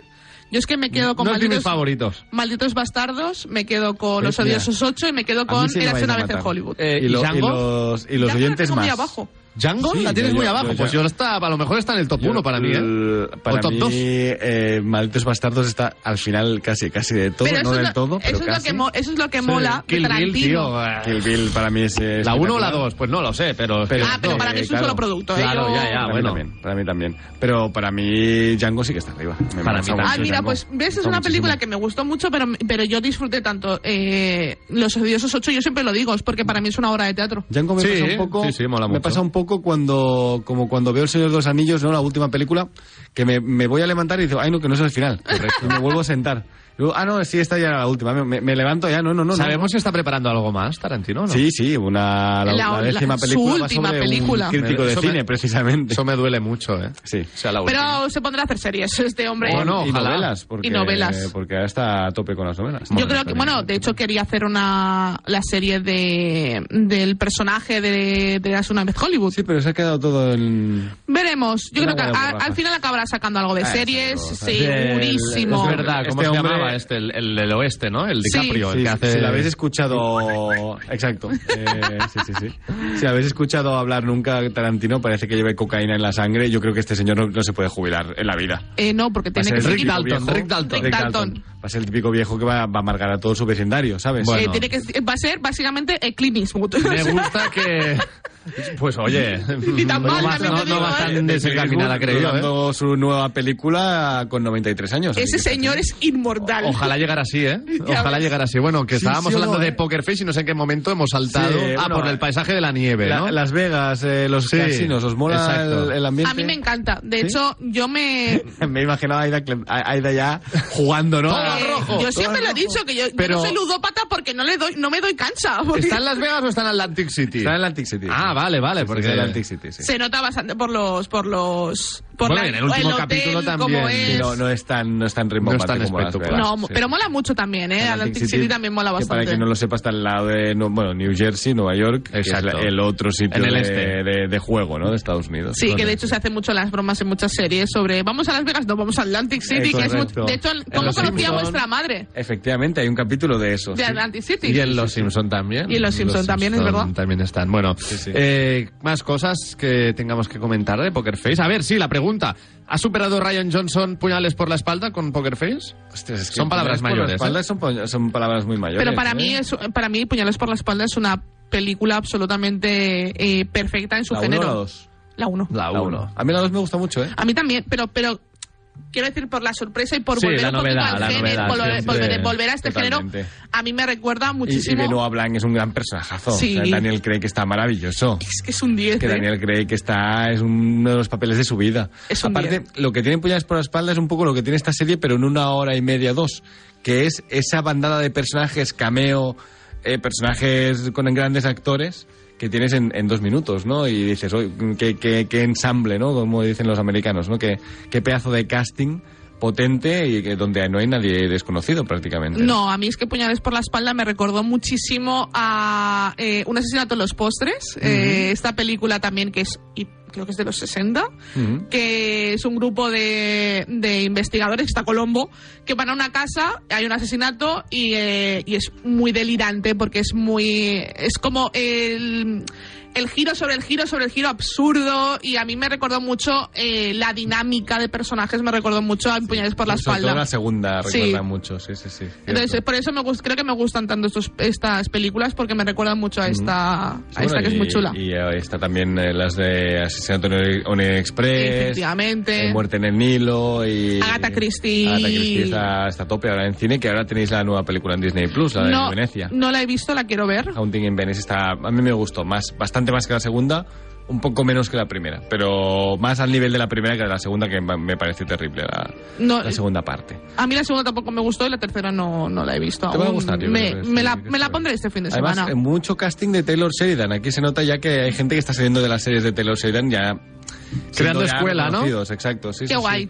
[SPEAKER 4] Yo es que me quedo con
[SPEAKER 3] No es de mis
[SPEAKER 4] malditos,
[SPEAKER 3] favoritos.
[SPEAKER 4] Malditos Bastardos, me quedo con
[SPEAKER 5] Pues
[SPEAKER 4] Los
[SPEAKER 5] mira,
[SPEAKER 4] Odiosos 8 y me quedo
[SPEAKER 5] A mí
[SPEAKER 4] con
[SPEAKER 5] sí me
[SPEAKER 4] Érase
[SPEAKER 5] vais a
[SPEAKER 4] una vez en
[SPEAKER 5] matar.
[SPEAKER 4] Hollywood.
[SPEAKER 3] Eh,
[SPEAKER 5] y, lo-
[SPEAKER 3] ¿y
[SPEAKER 5] y
[SPEAKER 3] Django?
[SPEAKER 5] los, y
[SPEAKER 4] Ya me
[SPEAKER 5] los
[SPEAKER 4] la
[SPEAKER 5] oyentes
[SPEAKER 4] tengo muy
[SPEAKER 5] más.
[SPEAKER 4] abajo.
[SPEAKER 3] ¿Django?
[SPEAKER 5] Sí,
[SPEAKER 3] la tienes
[SPEAKER 5] yo-
[SPEAKER 3] muy
[SPEAKER 5] yo-
[SPEAKER 3] abajo.
[SPEAKER 5] yo
[SPEAKER 3] pues
[SPEAKER 5] ya-
[SPEAKER 3] yo está, a lo mejor está en el top
[SPEAKER 5] Yo,
[SPEAKER 3] 1 para mí, ¿eh?
[SPEAKER 5] el- Para
[SPEAKER 3] ¿O top
[SPEAKER 5] mí,
[SPEAKER 3] dos?
[SPEAKER 5] eh, Malditos Bastardos está al final casi, casi de todo,
[SPEAKER 4] Pero
[SPEAKER 5] no
[SPEAKER 4] eso es
[SPEAKER 5] del
[SPEAKER 4] lo-
[SPEAKER 5] todo, pero
[SPEAKER 4] eso es lo
[SPEAKER 5] casi.
[SPEAKER 4] que mo- eso es lo que mola de
[SPEAKER 3] Kill Bill,
[SPEAKER 4] Tarantino.
[SPEAKER 3] tío. eh,
[SPEAKER 5] Kill Bill para mí es... es
[SPEAKER 3] ¿La 1 o la
[SPEAKER 5] espectacular.
[SPEAKER 3] 2? Pues no lo sé, pero...
[SPEAKER 4] Ah, pero
[SPEAKER 3] no,
[SPEAKER 4] para mí es un
[SPEAKER 5] claro.
[SPEAKER 4] solo producto. ¿eh?
[SPEAKER 3] Claro,
[SPEAKER 4] Yo-
[SPEAKER 3] ya, ya.
[SPEAKER 5] para
[SPEAKER 3] Ah, bueno.
[SPEAKER 5] Mí también, para mí también. Pero para mí Django sí que está arriba. Me
[SPEAKER 3] Para
[SPEAKER 5] gusta
[SPEAKER 3] mí
[SPEAKER 5] mucho
[SPEAKER 4] Ah, mira,
[SPEAKER 5] Django.
[SPEAKER 4] pues ves, es
[SPEAKER 5] Me
[SPEAKER 4] una
[SPEAKER 5] gusta
[SPEAKER 4] película
[SPEAKER 5] muchísimo.
[SPEAKER 4] que me gustó mucho, pero, pero yo disfruté tanto eh, Los Odiosos 8, yo siempre lo digo, es porque para mí es una obra de teatro.
[SPEAKER 5] Django me
[SPEAKER 3] Sí,
[SPEAKER 5] pasa un poco,
[SPEAKER 3] sí, sí, mola
[SPEAKER 5] me
[SPEAKER 3] mucho.
[SPEAKER 5] pasa un poco cuando, como cuando veo El Señor de los Anillos, ¿no? La última película, que me, me voy a levantar y digo, ay no, que no es el final. Y me vuelvo a sentar. Y luego, ah, no, sí, esta ya era la última. Me, me- me levanto ya, no, no, no. no.
[SPEAKER 3] ¿Sabemos si está preparando algo más, Tarantino? o no?
[SPEAKER 5] Sí, sí, una, la,
[SPEAKER 4] La-
[SPEAKER 5] la décima
[SPEAKER 4] la- su
[SPEAKER 5] película. va
[SPEAKER 4] última
[SPEAKER 5] sobre un
[SPEAKER 4] película.
[SPEAKER 5] crítico de
[SPEAKER 3] Eso me-
[SPEAKER 5] cine, precisamente.
[SPEAKER 3] Eso me duele mucho, ¿eh?
[SPEAKER 5] Sí.
[SPEAKER 3] O sea, la última.
[SPEAKER 4] Pero se pondrá a hacer series este hombre.
[SPEAKER 3] Oh, no,
[SPEAKER 5] y
[SPEAKER 3] ojalá.
[SPEAKER 5] novelas, porque,
[SPEAKER 4] Y novelas.
[SPEAKER 5] porque ahora está a tope con las novelas.
[SPEAKER 4] Yo creo que, bueno, de hecho quería hacer una la serie de del personaje de, de As una vez Hollywood.
[SPEAKER 5] Sí, pero se ha quedado todo en...
[SPEAKER 4] Veremos. Yo
[SPEAKER 5] Una
[SPEAKER 4] creo que
[SPEAKER 5] buena
[SPEAKER 4] a-
[SPEAKER 5] borraja.
[SPEAKER 4] al final acabará sacando algo de series, segurísimo.
[SPEAKER 3] Es verdad, ¿cómo
[SPEAKER 5] Este
[SPEAKER 3] se
[SPEAKER 5] hombre-
[SPEAKER 3] llamaba este? El, el del oeste, ¿no? El
[SPEAKER 4] Sí.
[SPEAKER 3] DiCaprio, el
[SPEAKER 5] Sí,
[SPEAKER 3] que hace...
[SPEAKER 5] Si la habéis escuchado. Exacto. Eh, sí, sí, sí. Si la habéis escuchado hablar nunca Tarantino, parece que lleve cocaína en la sangre. Yo creo que este señor no, no se puede jubilar en la vida.
[SPEAKER 4] Eh, no, porque
[SPEAKER 5] Va a
[SPEAKER 4] tiene
[SPEAKER 5] ser
[SPEAKER 4] que
[SPEAKER 5] el
[SPEAKER 4] seguir.
[SPEAKER 3] Rick
[SPEAKER 5] típico
[SPEAKER 3] Dalton,
[SPEAKER 5] viejo-
[SPEAKER 3] Rick Dalton.
[SPEAKER 4] Rick Dalton.
[SPEAKER 5] Va a ser el típico viejo que va, va a amargar a todo su vecindario, ¿sabes?
[SPEAKER 4] eh,
[SPEAKER 3] Bueno.
[SPEAKER 4] tiene que- va a ser básicamente eh, Clint Eastwood.
[SPEAKER 3] Me gusta que... Pues oye,
[SPEAKER 4] Ni tan
[SPEAKER 3] no
[SPEAKER 4] mal,
[SPEAKER 3] va,
[SPEAKER 4] también
[SPEAKER 3] no,
[SPEAKER 4] te
[SPEAKER 3] no
[SPEAKER 4] digo,
[SPEAKER 3] va
[SPEAKER 4] ¿eh?
[SPEAKER 3] tan desencaminada, creo yo, ¿eh?
[SPEAKER 5] rodando su nueva película con 93 años. así
[SPEAKER 4] Ese
[SPEAKER 5] que-
[SPEAKER 4] señor es inmortal.
[SPEAKER 3] Ojalá llegara así, ¿eh? Ojalá
[SPEAKER 4] ves.
[SPEAKER 3] llegara así. Bueno, que
[SPEAKER 5] Sí,
[SPEAKER 3] estábamos
[SPEAKER 5] sí o
[SPEAKER 3] hablando
[SPEAKER 5] no,
[SPEAKER 3] de
[SPEAKER 5] ¿eh?
[SPEAKER 3] Poker Face y no sé en qué momento hemos saltado.
[SPEAKER 5] Sí,
[SPEAKER 3] ah,
[SPEAKER 5] bueno,
[SPEAKER 3] por el paisaje de la nieve,
[SPEAKER 5] La-
[SPEAKER 3] ¿no?
[SPEAKER 5] Las Vegas, eh, los
[SPEAKER 3] Sí,
[SPEAKER 5] casinos, ¿os mola
[SPEAKER 3] exacto.
[SPEAKER 5] el, el ambiente?
[SPEAKER 4] A mí me encanta. De
[SPEAKER 5] ¿Sí?
[SPEAKER 4] hecho, yo me...
[SPEAKER 5] Me imaginaba a Aida, Clem- a Aida ya jugando, ¿no?
[SPEAKER 3] Todo
[SPEAKER 4] eh,
[SPEAKER 3] rojo,
[SPEAKER 4] yo
[SPEAKER 3] todo
[SPEAKER 4] siempre lo he dicho que yo, yo
[SPEAKER 3] Pero-
[SPEAKER 4] no soy ludópata porque no le doy, no me doy cancha. porque
[SPEAKER 3] ¿Está en Las Vegas o está en Atlantic City?
[SPEAKER 5] Está en Atlantic City.
[SPEAKER 3] Ah, vale, vale,
[SPEAKER 5] Porque
[SPEAKER 3] porque...
[SPEAKER 5] Atlantic City, sí.
[SPEAKER 4] Se nota bastante por los, por los, por
[SPEAKER 3] Bueno,
[SPEAKER 4] la-
[SPEAKER 3] en el último
[SPEAKER 4] hotel,
[SPEAKER 3] capítulo también,
[SPEAKER 4] como es.
[SPEAKER 5] Sí, no, no es tan, no es tan rimbombante
[SPEAKER 3] No es tan
[SPEAKER 5] como Las
[SPEAKER 3] espectacular.
[SPEAKER 5] Vegas,
[SPEAKER 4] No,
[SPEAKER 5] sí.
[SPEAKER 4] pero mola mucho también, ¿eh? Atlantic City, también mola
[SPEAKER 5] que
[SPEAKER 4] bastante.
[SPEAKER 5] para quien no lo sepa, está al lado de no- bueno, New Jersey, Nueva York, que es la-
[SPEAKER 3] Exacto.
[SPEAKER 5] el otro sitio
[SPEAKER 3] En el
[SPEAKER 5] de,
[SPEAKER 3] este.
[SPEAKER 5] de- de juego ¿no? de Estados Unidos.
[SPEAKER 4] Sí, que de hecho se hacen mucho las bromas en muchas series sobre vamos a Las Vegas, no, vamos a Atlantic City,
[SPEAKER 5] Eh,
[SPEAKER 4] que es mu-
[SPEAKER 5] correcto.
[SPEAKER 4] De hecho,
[SPEAKER 5] En
[SPEAKER 4] ¿cómo
[SPEAKER 5] Los
[SPEAKER 4] conocía
[SPEAKER 5] Simpson.
[SPEAKER 4] vuestra madre?
[SPEAKER 5] Efectivamente, hay un capítulo de eso.
[SPEAKER 4] De
[SPEAKER 5] sí.
[SPEAKER 4] Atlantic City.
[SPEAKER 3] Y en Los Simpson también.
[SPEAKER 4] Y en Los Simpson también, es verdad.
[SPEAKER 3] También están. Bueno,
[SPEAKER 5] sí.
[SPEAKER 3] eh, más cosas que tengamos que comentar de Poker Face. A ver, sí, la pregunta. ¿Ha superado Ryan Johnson puñales por la espalda con Poker Face?
[SPEAKER 5] Hostias, es que
[SPEAKER 3] Son palabras
[SPEAKER 5] por la
[SPEAKER 3] mayores, ¿eh?
[SPEAKER 5] espalda son, po- son palabras muy mayores.
[SPEAKER 4] Pero para
[SPEAKER 5] ¿eh?
[SPEAKER 4] mí, es, para mí, Puñales por la Espalda es una película absolutamente eh, perfecta en su
[SPEAKER 5] ¿La uno o
[SPEAKER 4] género.
[SPEAKER 5] la dos?
[SPEAKER 4] La uno.
[SPEAKER 3] La
[SPEAKER 5] La
[SPEAKER 3] uno.
[SPEAKER 5] uno. A mí la 2 me gusta mucho, ¿eh?
[SPEAKER 4] A mí también, pero, pero quiero decir, por la sorpresa y por
[SPEAKER 3] Sí,
[SPEAKER 4] volver
[SPEAKER 3] la
[SPEAKER 4] un poquito
[SPEAKER 3] novedad,
[SPEAKER 4] al
[SPEAKER 3] la
[SPEAKER 4] género,
[SPEAKER 3] novedad,
[SPEAKER 4] volver,
[SPEAKER 3] sí,
[SPEAKER 4] volver-
[SPEAKER 5] sí,
[SPEAKER 4] volver a este
[SPEAKER 5] totalmente.
[SPEAKER 4] género, a mí me recuerda
[SPEAKER 5] Y, y
[SPEAKER 4] muchísimo.
[SPEAKER 5] Benoit Blanc es un gran personajazo.
[SPEAKER 4] Sí.
[SPEAKER 5] O sea, Daniel Craig está maravilloso.
[SPEAKER 4] es que es un 10.
[SPEAKER 5] que
[SPEAKER 4] ¿eh?
[SPEAKER 5] Daniel Craig está es uno de los papeles de su vida.
[SPEAKER 4] Es un
[SPEAKER 5] Aparte,
[SPEAKER 4] bien.
[SPEAKER 5] lo que tiene Puñales por la espalda es un poco lo que tiene esta serie, pero en una hora y media, dos, que es esa bandada de personajes, cameo, eh, personajes con grandes actores que tienes en, en dos minutos, ¿no? Y dices, oye, qué, qué- qué ensamble, ¿no? Como dicen los americanos, ¿no? Qué, qué pedazo de casting potente y que donde no hay nadie desconocido prácticamente.
[SPEAKER 4] No, a mí es que Puñales por la espalda me recordó muchísimo a eh, Un asesinato en los postres, eh, esta película también que es, y creo que es de los 60,
[SPEAKER 5] Ujú.
[SPEAKER 4] que es un grupo de, de investigadores, está Colombo, que van a una casa, hay un asesinato y, eh, y es muy delirante porque es muy... es como el... El giro sobre el giro sobre el giro absurdo y a mí me recordó mucho eh, la dinámica de personajes, me recordó mucho a Puñales por la
[SPEAKER 5] Sobre
[SPEAKER 4] espalda.
[SPEAKER 5] todo la segunda
[SPEAKER 4] Sí.
[SPEAKER 5] recuerda mucho, sí, sí, sí. cierto.
[SPEAKER 4] Entonces, eh, por eso me gust- creo que me gustan tanto estos, estas películas porque me recuerdan mucho a esta, a
[SPEAKER 5] Bueno,
[SPEAKER 4] esta que es
[SPEAKER 5] y-
[SPEAKER 4] muy chula.
[SPEAKER 5] Y eh, está también eh, las de As- Asesinato en el on el Express,
[SPEAKER 4] Efectivamente.
[SPEAKER 5] eh, Muerte en el Nilo y... eh,
[SPEAKER 4] Agatha Christie.
[SPEAKER 5] Agatha Christie está, está a tope ahora en cine, que ahora tenéis la nueva película en Disney+, Plus, la de
[SPEAKER 4] no,
[SPEAKER 5] Venecia. Ah,
[SPEAKER 4] no la he visto, la quiero ver.
[SPEAKER 5] Haunting in Venice está, a mí me gustó más, bastante más que la segunda, un poco menos que la primera, pero más al nivel de la primera que de la segunda, que me me pareció terrible la,
[SPEAKER 4] No,
[SPEAKER 5] la segunda parte.
[SPEAKER 4] A mí la segunda tampoco me gustó y la tercera no, no la he visto.
[SPEAKER 5] Te va a
[SPEAKER 4] aún.
[SPEAKER 5] gustar, yo
[SPEAKER 4] me,
[SPEAKER 5] creo que
[SPEAKER 4] me
[SPEAKER 5] sí,
[SPEAKER 4] la,
[SPEAKER 5] que
[SPEAKER 4] me la
[SPEAKER 5] sí.
[SPEAKER 4] pondré este fin de
[SPEAKER 5] Además,
[SPEAKER 4] semana.
[SPEAKER 5] eh, mucho casting de Taylor Sheridan. Aquí se nota ya que hay gente que está saliendo de las series de Taylor Sheridan ya. siendo ya
[SPEAKER 3] escuela, ¿no?
[SPEAKER 5] reconocidos, Exacto, sí, sí,
[SPEAKER 4] Qué
[SPEAKER 5] sí.
[SPEAKER 4] guay.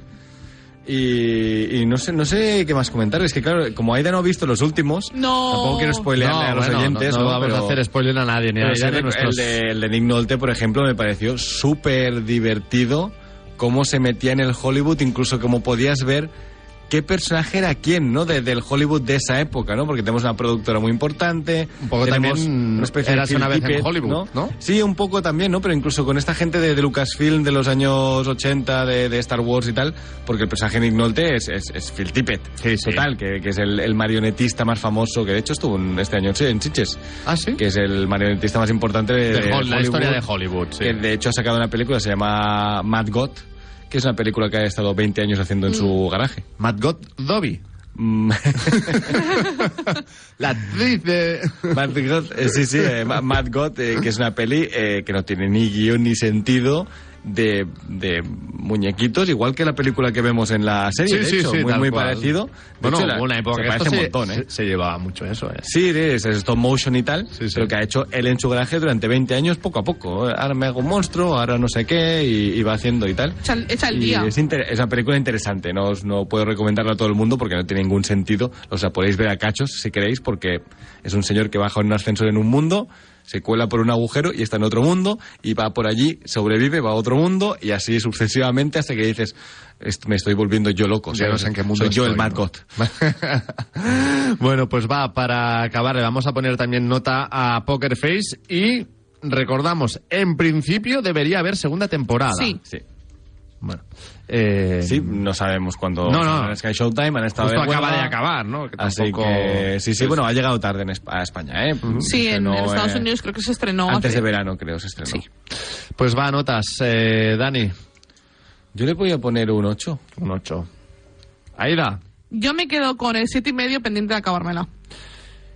[SPEAKER 5] Y, y no sé no sé qué más comentar. Es que, claro, como Aida no ha visto los últimos,
[SPEAKER 4] No.
[SPEAKER 5] tampoco quiero spoilearle a los
[SPEAKER 3] bueno,
[SPEAKER 5] oyentes.
[SPEAKER 3] no, no
[SPEAKER 5] ¿no?
[SPEAKER 3] vamos
[SPEAKER 5] Pero-
[SPEAKER 3] a hacer spoiler a nadie, ni a
[SPEAKER 5] pero
[SPEAKER 3] nadie
[SPEAKER 5] sí,
[SPEAKER 3] de nuestros...
[SPEAKER 5] el, de, el de Nick Nolte, por ejemplo, me pareció súper divertido cómo se metía en el Hollywood, incluso cómo podías ver qué personaje era quién, ¿no? Desde el Hollywood de esa época, ¿no? Porque tenemos una productora muy importante.
[SPEAKER 3] Un poco
[SPEAKER 5] tenemos
[SPEAKER 3] también Érase
[SPEAKER 5] Phil
[SPEAKER 3] una vez en
[SPEAKER 5] Tippett,
[SPEAKER 3] Hollywood, ¿no?
[SPEAKER 5] Sí, un poco también, ¿no? Pero incluso con esta gente de, de Lucasfilm de los años 80, de, de Star Wars y tal, porque el personaje de Nick Nolte es, es, es Phil Tippett.
[SPEAKER 3] Sí, sí.
[SPEAKER 5] Total, que, que es el, el marionetista más famoso, que de hecho estuvo en- este año en Chiches
[SPEAKER 3] Ah, sí.
[SPEAKER 5] que es el marionetista más importante de,
[SPEAKER 3] De
[SPEAKER 5] de
[SPEAKER 3] Hol- la historia de
[SPEAKER 5] Hollywood,
[SPEAKER 3] Hollywood, sí.
[SPEAKER 5] Que de hecho ha sacado una película, se llama Mad God, que es una película que ha estado 20 años haciendo en su garaje.
[SPEAKER 3] Matt God Dobby.
[SPEAKER 5] Mm,
[SPEAKER 3] La actriz de...
[SPEAKER 5] Mad God, eh, sí, sí, eh, Ma- Mad God, eh, que es una peli eh, que no tiene ni guión ni sentido. De, de muñequitos, igual que la película que vemos en la serie, de hecho, muy,
[SPEAKER 3] tal
[SPEAKER 5] muy
[SPEAKER 3] cual.
[SPEAKER 5] parecido. De
[SPEAKER 3] Bueno,
[SPEAKER 5] hecho, la-
[SPEAKER 3] hubo una época
[SPEAKER 5] se
[SPEAKER 3] que esto
[SPEAKER 5] parece un
[SPEAKER 3] se-
[SPEAKER 5] montón, ¿eh?
[SPEAKER 3] se, se llevaba mucho eso, ¿eh?
[SPEAKER 5] Sí, es, es stop motion y tal,
[SPEAKER 3] Sí, sí.
[SPEAKER 5] pero que ha hecho él en su garaje durante 20 años poco a poco. Ahora me hago un monstruo, ahora no sé qué, y, y va haciendo y tal.
[SPEAKER 4] Echa el- echa el
[SPEAKER 5] Y
[SPEAKER 4] día.
[SPEAKER 5] Es, inter- es una película interesante, no, os- no puedo recomendarla a todo el mundo porque no tiene ningún sentido. O sea, podéis ver a cachos si queréis, porque es un señor que baja en un ascensor en un mundo, se cuela por un agujero y está en otro mundo, y va por allí, sobrevive, va a otro mundo, y así sucesivamente hasta que dices, "Est- me estoy volviendo yo loco.
[SPEAKER 3] Ya no
[SPEAKER 5] ¿sabes?
[SPEAKER 3] sé en qué mundo
[SPEAKER 5] Soy yo
[SPEAKER 3] estoy,
[SPEAKER 5] el Mad
[SPEAKER 3] ¿no?
[SPEAKER 5] God.
[SPEAKER 3] bueno, pues va, para acabar le vamos a poner también nota a Poker Face y recordamos, en principio debería haber segunda temporada.
[SPEAKER 4] Sí.
[SPEAKER 5] Sí.
[SPEAKER 3] Bueno, eh,
[SPEAKER 5] Sí, no sabemos cuándo.
[SPEAKER 3] No, no.
[SPEAKER 5] saldrá Sky Showtime han estado
[SPEAKER 3] justo
[SPEAKER 5] de huelga,
[SPEAKER 3] acaba de acabar, ¿no? Que
[SPEAKER 5] Así
[SPEAKER 3] tampoco-
[SPEAKER 5] que sí, sí, bueno, ha llegado tarde en Espa- a España, ¿eh?
[SPEAKER 4] Sí, en,
[SPEAKER 5] Estrenó,
[SPEAKER 4] en Estados
[SPEAKER 5] eh,
[SPEAKER 4] Unidos creo que se estrenó.
[SPEAKER 5] Antes
[SPEAKER 4] hace-
[SPEAKER 5] de verano, creo, se estrenó.
[SPEAKER 3] Pues va, notas, eh, Dani,
[SPEAKER 5] Yo le voy a poner un 8.
[SPEAKER 3] un 8. Aida,
[SPEAKER 4] Yo me quedo con el siete y medio pendiente de acabármela.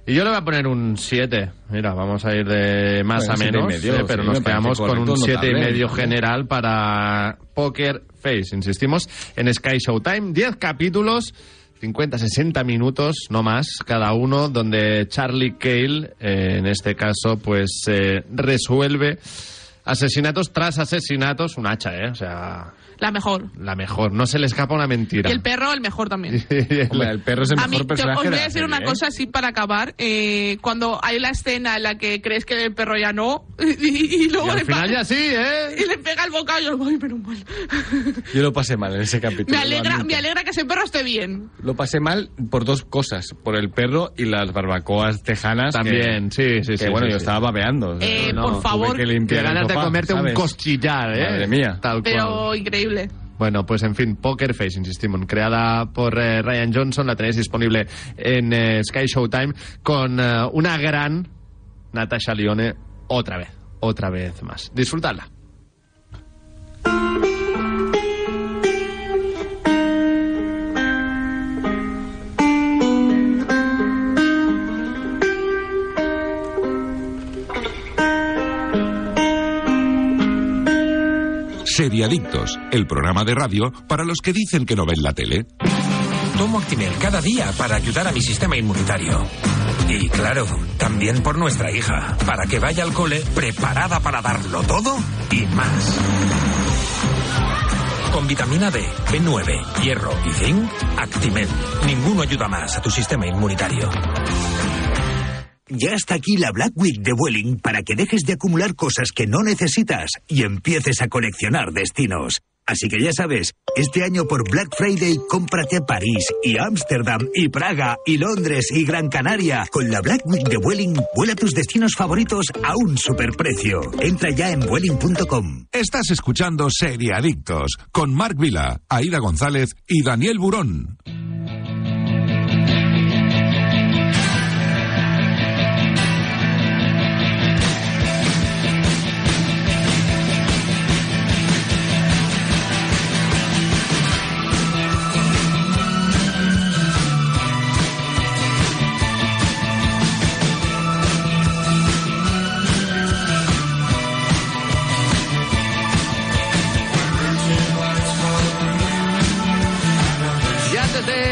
[SPEAKER 3] y yo le voy a poner un 7. Mira, vamos a ir de más
[SPEAKER 5] Bueno,
[SPEAKER 3] a
[SPEAKER 5] siete y
[SPEAKER 3] menos,
[SPEAKER 5] medio,
[SPEAKER 3] eh, pero
[SPEAKER 5] sí,
[SPEAKER 3] nos
[SPEAKER 5] me parece
[SPEAKER 3] quedamos con
[SPEAKER 5] correcto,
[SPEAKER 3] un 7 y
[SPEAKER 5] notable.
[SPEAKER 3] medio general para Poker Face. Insistimos, en Sky Showtime, 10 capítulos, 50, 60 minutos, no más, cada uno, donde Charlie Cale, eh, en este caso, pues eh, resuelve asesinatos tras asesinatos, un hacha, ¿eh? O sea,
[SPEAKER 4] La mejor.
[SPEAKER 3] la mejor, no se le escapa una mentira.
[SPEAKER 4] Y el perro, el mejor también.
[SPEAKER 5] Hombre, el perro es el
[SPEAKER 4] A mí,
[SPEAKER 5] mejor
[SPEAKER 4] te-
[SPEAKER 5] personaje.
[SPEAKER 4] os voy
[SPEAKER 5] de
[SPEAKER 4] a
[SPEAKER 5] la
[SPEAKER 4] decir
[SPEAKER 5] serie,
[SPEAKER 4] una
[SPEAKER 5] ¿eh?
[SPEAKER 4] cosa así para acabar. Eh, cuando hay la escena en la que crees que el perro ya no, y, y
[SPEAKER 3] Y
[SPEAKER 4] luego le
[SPEAKER 3] al
[SPEAKER 4] pa-
[SPEAKER 3] final ya sí, ¿eh?
[SPEAKER 4] y le pega el bocado, yo, ay, menos mal.
[SPEAKER 5] Yo lo pasé mal en ese capítulo.
[SPEAKER 4] me,
[SPEAKER 5] lo
[SPEAKER 4] alegra,
[SPEAKER 5] admito.
[SPEAKER 4] me alegra que ese perro esté bien.
[SPEAKER 5] Lo pasé mal por dos cosas: por el perro y las barbacoas tejanas.
[SPEAKER 3] También,
[SPEAKER 5] que-
[SPEAKER 3] sí, sí,
[SPEAKER 5] Que
[SPEAKER 3] sí,
[SPEAKER 5] bueno,
[SPEAKER 3] sí,
[SPEAKER 5] yo
[SPEAKER 3] sí.
[SPEAKER 5] estaba babeando.
[SPEAKER 4] Eh,
[SPEAKER 5] No,
[SPEAKER 4] por
[SPEAKER 5] tuve
[SPEAKER 4] favor,
[SPEAKER 5] Que limpiar
[SPEAKER 3] Qué
[SPEAKER 5] el
[SPEAKER 3] ganas de
[SPEAKER 5] sofá,
[SPEAKER 3] comerte
[SPEAKER 5] ¿sabes?
[SPEAKER 3] un costillar, ¿eh?
[SPEAKER 5] Madre mía.
[SPEAKER 3] Tal cual.
[SPEAKER 4] Pero increíble.
[SPEAKER 3] Bueno, pues en fin, Poker Face, insistimos, creada por eh, Ryan Johnson, la tenéis disponible en eh, Sky Showtime con eh, una gran Natasha Lione otra vez, otra vez más. Disfrutadla.
[SPEAKER 2] Seriadictos, el programa de radio para los que dicen que no ven la tele.
[SPEAKER 9] Tomo Actimel cada día para ayudar a mi sistema inmunitario. Y claro, también por nuestra hija, para que vaya al cole preparada para darlo todo y más. Con vitamina D, B9, hierro y zinc, Actimel. Ninguno ayuda más a tu sistema inmunitario.
[SPEAKER 6] Ya está aquí la Black Week de Vueling para que dejes de acumular cosas que no necesitas y empieces a coleccionar destinos. Así que ya sabes, este año por Black Friday cómprate a París y Ámsterdam y Praga y Londres y Gran Canaria. Con la Black Week de Vueling vuela tus destinos favoritos a un superprecio. Entra ya en Vueling.com.
[SPEAKER 2] Estás escuchando Seriadictos con Marc Vila, Aida González y Daniel Burón.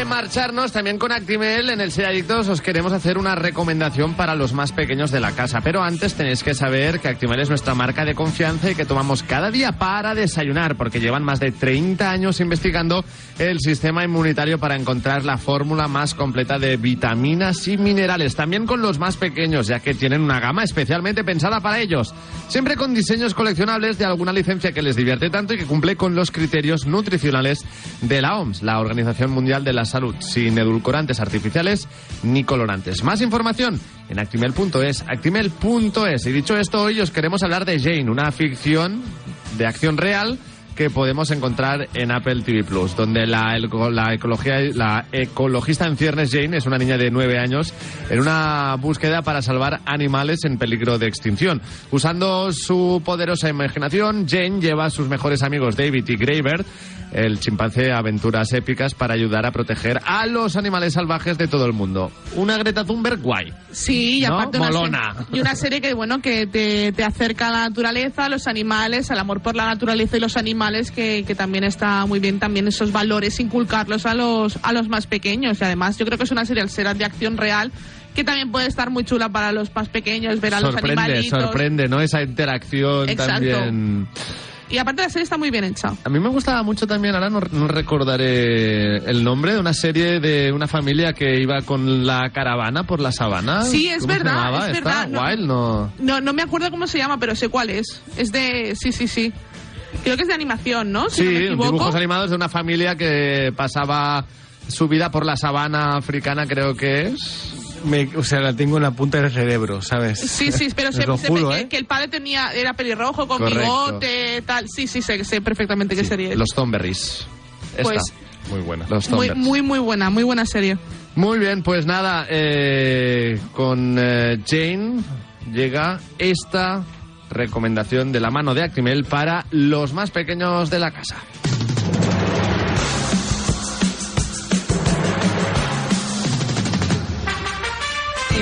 [SPEAKER 3] marcharnos, también con Actimel en el Ser Adictos os queremos hacer una recomendación para los más pequeños de la casa. Pero antes tenéis que saber que Actimel es nuestra marca de confianza y que tomamos cada día para desayunar, porque llevan más de 30 años investigando el sistema inmunitario para encontrar la fórmula más completa de vitaminas y minerales. También con los más pequeños, ya que tienen una gama especialmente pensada para ellos. Siempre con diseños coleccionables de alguna licencia que les divierte tanto y que cumple con los criterios nutricionales de la OMS, la Organización Mundial de la Salud, sin edulcorantes artificiales ni colorantes. Más información en actimel.es, actimel.es. Y dicho esto, hoy os queremos hablar de Jane, una ficción de acción real que podemos encontrar en Apple TV Plus, donde la, elco- la ecología, la ecologista en ciernes Jane es una niña de 9 años en una búsqueda para salvar animales en peligro de extinción. Usando su poderosa imaginación, Jane lleva a sus mejores amigos David y Graver, el chimpancé, a aventuras épicas para ayudar a proteger a los animales salvajes de todo el mundo. Una Greta Thunberg guay.
[SPEAKER 4] Sí, y
[SPEAKER 3] ¿No?
[SPEAKER 4] aparte una
[SPEAKER 3] Molona.
[SPEAKER 4] serie, y una serie que bueno que te, te acerca a la naturaleza, a los animales, al amor por la naturaleza y los animales que, que también está muy bien también esos valores inculcarlos a los a los más pequeños y además yo creo que es una serie al ser de acción real que también puede estar muy chula para los más pequeños ver a los
[SPEAKER 3] sorprende,
[SPEAKER 4] animalitos
[SPEAKER 3] sorprende, ¿no? Esa interacción
[SPEAKER 4] Exacto.
[SPEAKER 3] también.
[SPEAKER 4] y aparte la serie está muy bien hecha.
[SPEAKER 3] A mí me gustaba mucho también, ahora no, no recordaré el nombre, de una serie de una familia que iba con la caravana por la sabana.
[SPEAKER 4] Sí, es
[SPEAKER 3] ¿Cómo se
[SPEAKER 4] verdad,
[SPEAKER 3] llamaba?
[SPEAKER 4] es
[SPEAKER 3] Estaba
[SPEAKER 4] verdad, no-
[SPEAKER 3] guay, no.
[SPEAKER 4] No no me acuerdo cómo se llama pero sé cuál es. Es de sí sí sí. Creo que es de animación, ¿no? Si
[SPEAKER 3] Sí,
[SPEAKER 4] no me equivoco.
[SPEAKER 3] dibujos animados de una familia que pasaba su vida por la sabana africana, creo que es.
[SPEAKER 5] Me- o sea, la tengo en la punta del cerebro, ¿sabes?
[SPEAKER 4] Sí, sí, pero
[SPEAKER 5] Os
[SPEAKER 4] se,
[SPEAKER 5] lo
[SPEAKER 4] se-
[SPEAKER 5] juro,
[SPEAKER 4] que,
[SPEAKER 5] ¿eh?
[SPEAKER 4] que el padre tenía era pelirrojo con
[SPEAKER 3] Correcto.
[SPEAKER 4] bigote, tal. Sí, sí, sé, sé perfectamente qué serie es.
[SPEAKER 3] Los Thornberrys. Esta.
[SPEAKER 4] Pues-
[SPEAKER 3] muy buena. Los
[SPEAKER 4] muy,
[SPEAKER 3] Thornberrys.
[SPEAKER 4] muy, muy buena, muy buena serie.
[SPEAKER 3] Muy bien, pues nada, eh, con eh, Jane llega esta recomendación de la mano de Actimel para los más pequeños de la casa.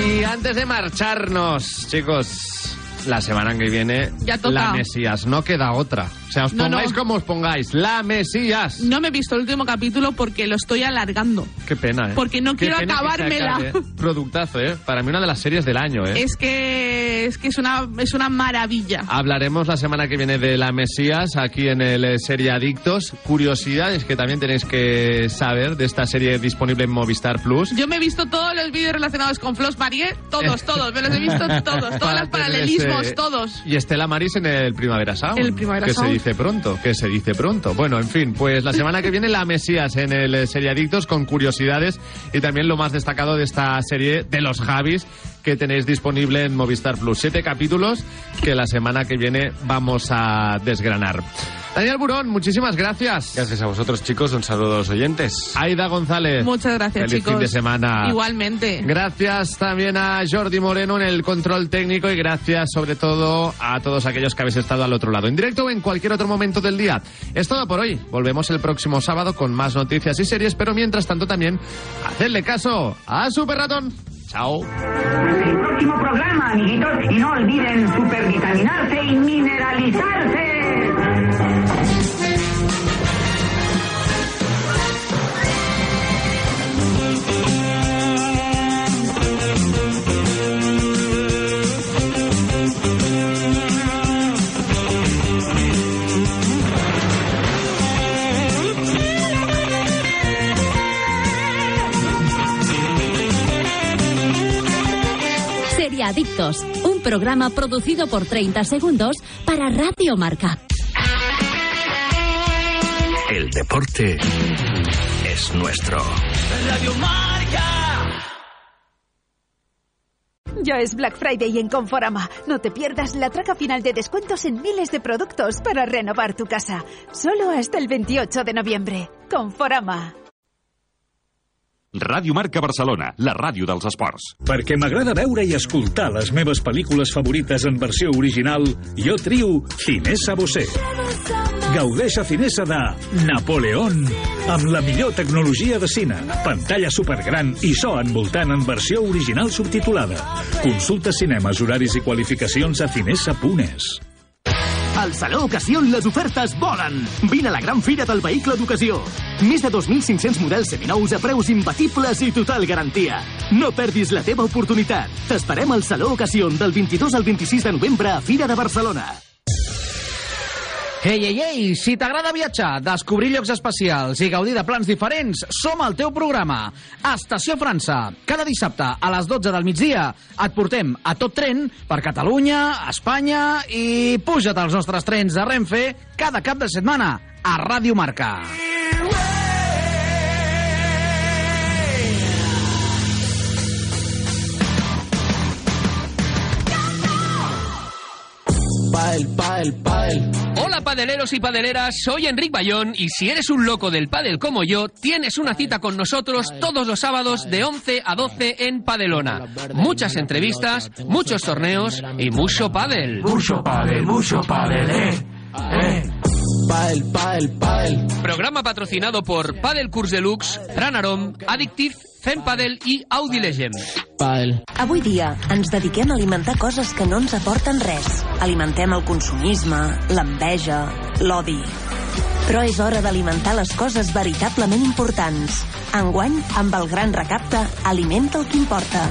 [SPEAKER 3] Y antes de marcharnos, chicos, la semana que viene
[SPEAKER 4] Ya toca.
[SPEAKER 3] la Mesías, no queda otra. O sea, os
[SPEAKER 4] No, no.
[SPEAKER 3] pongáis como os pongáis, la Mesías.
[SPEAKER 4] No me he visto el último capítulo porque lo estoy alargando.
[SPEAKER 3] Qué pena, ¿eh?
[SPEAKER 4] Porque no
[SPEAKER 3] Qué
[SPEAKER 4] quiero
[SPEAKER 3] pena que se
[SPEAKER 4] acabármela.
[SPEAKER 3] acabe, ¿eh? Productazo, ¿eh? Para mí una de las series del año, ¿eh?
[SPEAKER 4] Es que es que es una es una maravilla.
[SPEAKER 3] Hablaremos la semana que viene de La Mesías aquí en el eh, Serie Adictos. Curiosidades que también tenéis que saber de esta serie disponible en Movistar Plus.
[SPEAKER 4] Yo me he visto todos los vídeos relacionados con Flos Marie, todos, todos, me los he visto todos, todos
[SPEAKER 3] Para tener
[SPEAKER 4] los paralelismos,
[SPEAKER 3] ese-
[SPEAKER 4] todos.
[SPEAKER 3] Y Estela Maris en el Primavera Sound.
[SPEAKER 4] El Primavera
[SPEAKER 3] que
[SPEAKER 4] Sound.
[SPEAKER 3] se dice pronto, que se dice pronto. Bueno, en fin, pues la semana que viene La Mesías en el eh, Serie Adictos con curiosidades y también lo más destacado de esta serie de los Javis que tenéis disponible en Movistar Plus. Siete capítulos que la semana que viene vamos a desgranar. Daniel Burón, muchísimas gracias.
[SPEAKER 5] Gracias a vosotros, chicos. Un saludo a los oyentes.
[SPEAKER 3] Aida González.
[SPEAKER 4] Muchas gracias,
[SPEAKER 3] Feliz
[SPEAKER 4] chicos.
[SPEAKER 3] fin de semana.
[SPEAKER 4] Igualmente.
[SPEAKER 3] Gracias también a Jordi Moreno en el control técnico y gracias sobre todo a todos aquellos que habéis estado al otro lado, en directo o en cualquier otro momento del día. Es todo por hoy. Volvemos el próximo sábado con más noticias y series, pero mientras tanto también, hacedle caso a Super Ratón. Chao.
[SPEAKER 10] Hasta el próximo programa, amiguitos, y no olviden supervitaminarse y mineralizarse.
[SPEAKER 11] Sería Adictos, un programa producido por 30 segundos para Radio Marca.
[SPEAKER 6] El deporte es nuestro.
[SPEAKER 1] Ya es Black Friday en Conforama. No te pierdas la traca final de descuentos en miles de productos para renovar tu casa. Solo hasta el 28 de noviembre. Conforama.
[SPEAKER 12] Ràdio Marca Barcelona, la ràdio dels esports.
[SPEAKER 13] Perquè m'agrada veure i escoltar les meves pel·lícules favorites en versió original, jo trio Cinesa Bosé. Gaudeix a Cinesa de Napoleón, amb la millor tecnologia de cine, pantalla supergran i so envoltant en versió original subtitulada. Consulta cinemes, horaris i qualificacions a cinesa.es.
[SPEAKER 6] Al Saló Ocasión les ofertes volen. Vine a la gran fira del vehicle d'ocasió. Més de 2.500 models seminous a preus imbatibles i total garantia. No perdis la teva oportunitat. T'esperem al Saló Ocasión del 22 al 26 de novembre a Fira de Barcelona.
[SPEAKER 3] Ei, ei, ei, si t'agrada viatjar, descobrir llocs especials i gaudir de plans diferents, som al teu programa. Estació França. Cada dissabte a les 12 del migdia et portem a tot tren per Catalunya, Espanya i puja't als nostres trens de Renfe cada cap de setmana a Ràdio Marca.
[SPEAKER 4] Padel, padel, padel. Hola padeleros y padeleras, soy Enric Bayón y si eres un loco del padel como yo, tienes una cita con nosotros todos los sábados de 11 a 12 en Padelona. Muchas entrevistas, muchos torneos y mucho padel.
[SPEAKER 14] Mucho padel, mucho padel, eh.
[SPEAKER 4] Padel, padel, padel. Programa patrocinado por Padel Curs Deluxe, Pranarom, Addictive, Zen Padel y Audi Legend.
[SPEAKER 15] Pal. Avui dia ens dediquem a alimentar coses que no ens aporten res. Alimentem el consumisme, l'enveja, l'odi. Però és hora d'alimentar les coses veritablement importants. Enguany, amb el gran recapte, alimenta el que importa.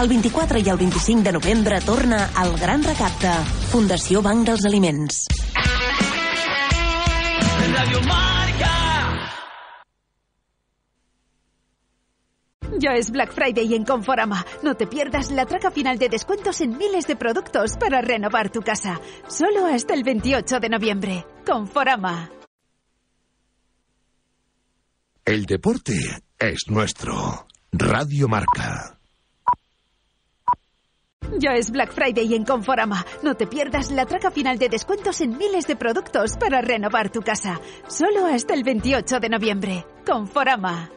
[SPEAKER 15] El 24 i el 25 de novembre torna el gran recapte. Fundació Banc dels Aliments.
[SPEAKER 1] Ya es Black Friday en Conforama. No te pierdas la traca final de descuentos en miles de productos para renovar tu casa. Solo hasta el 28 de noviembre. Conforama.
[SPEAKER 7] El deporte es nuestro. Radio Marca.
[SPEAKER 1] Ya es Black Friday en Conforama. No te pierdas la traca final de descuentos en miles de productos para renovar tu casa. Solo hasta el 28 de noviembre. Conforama.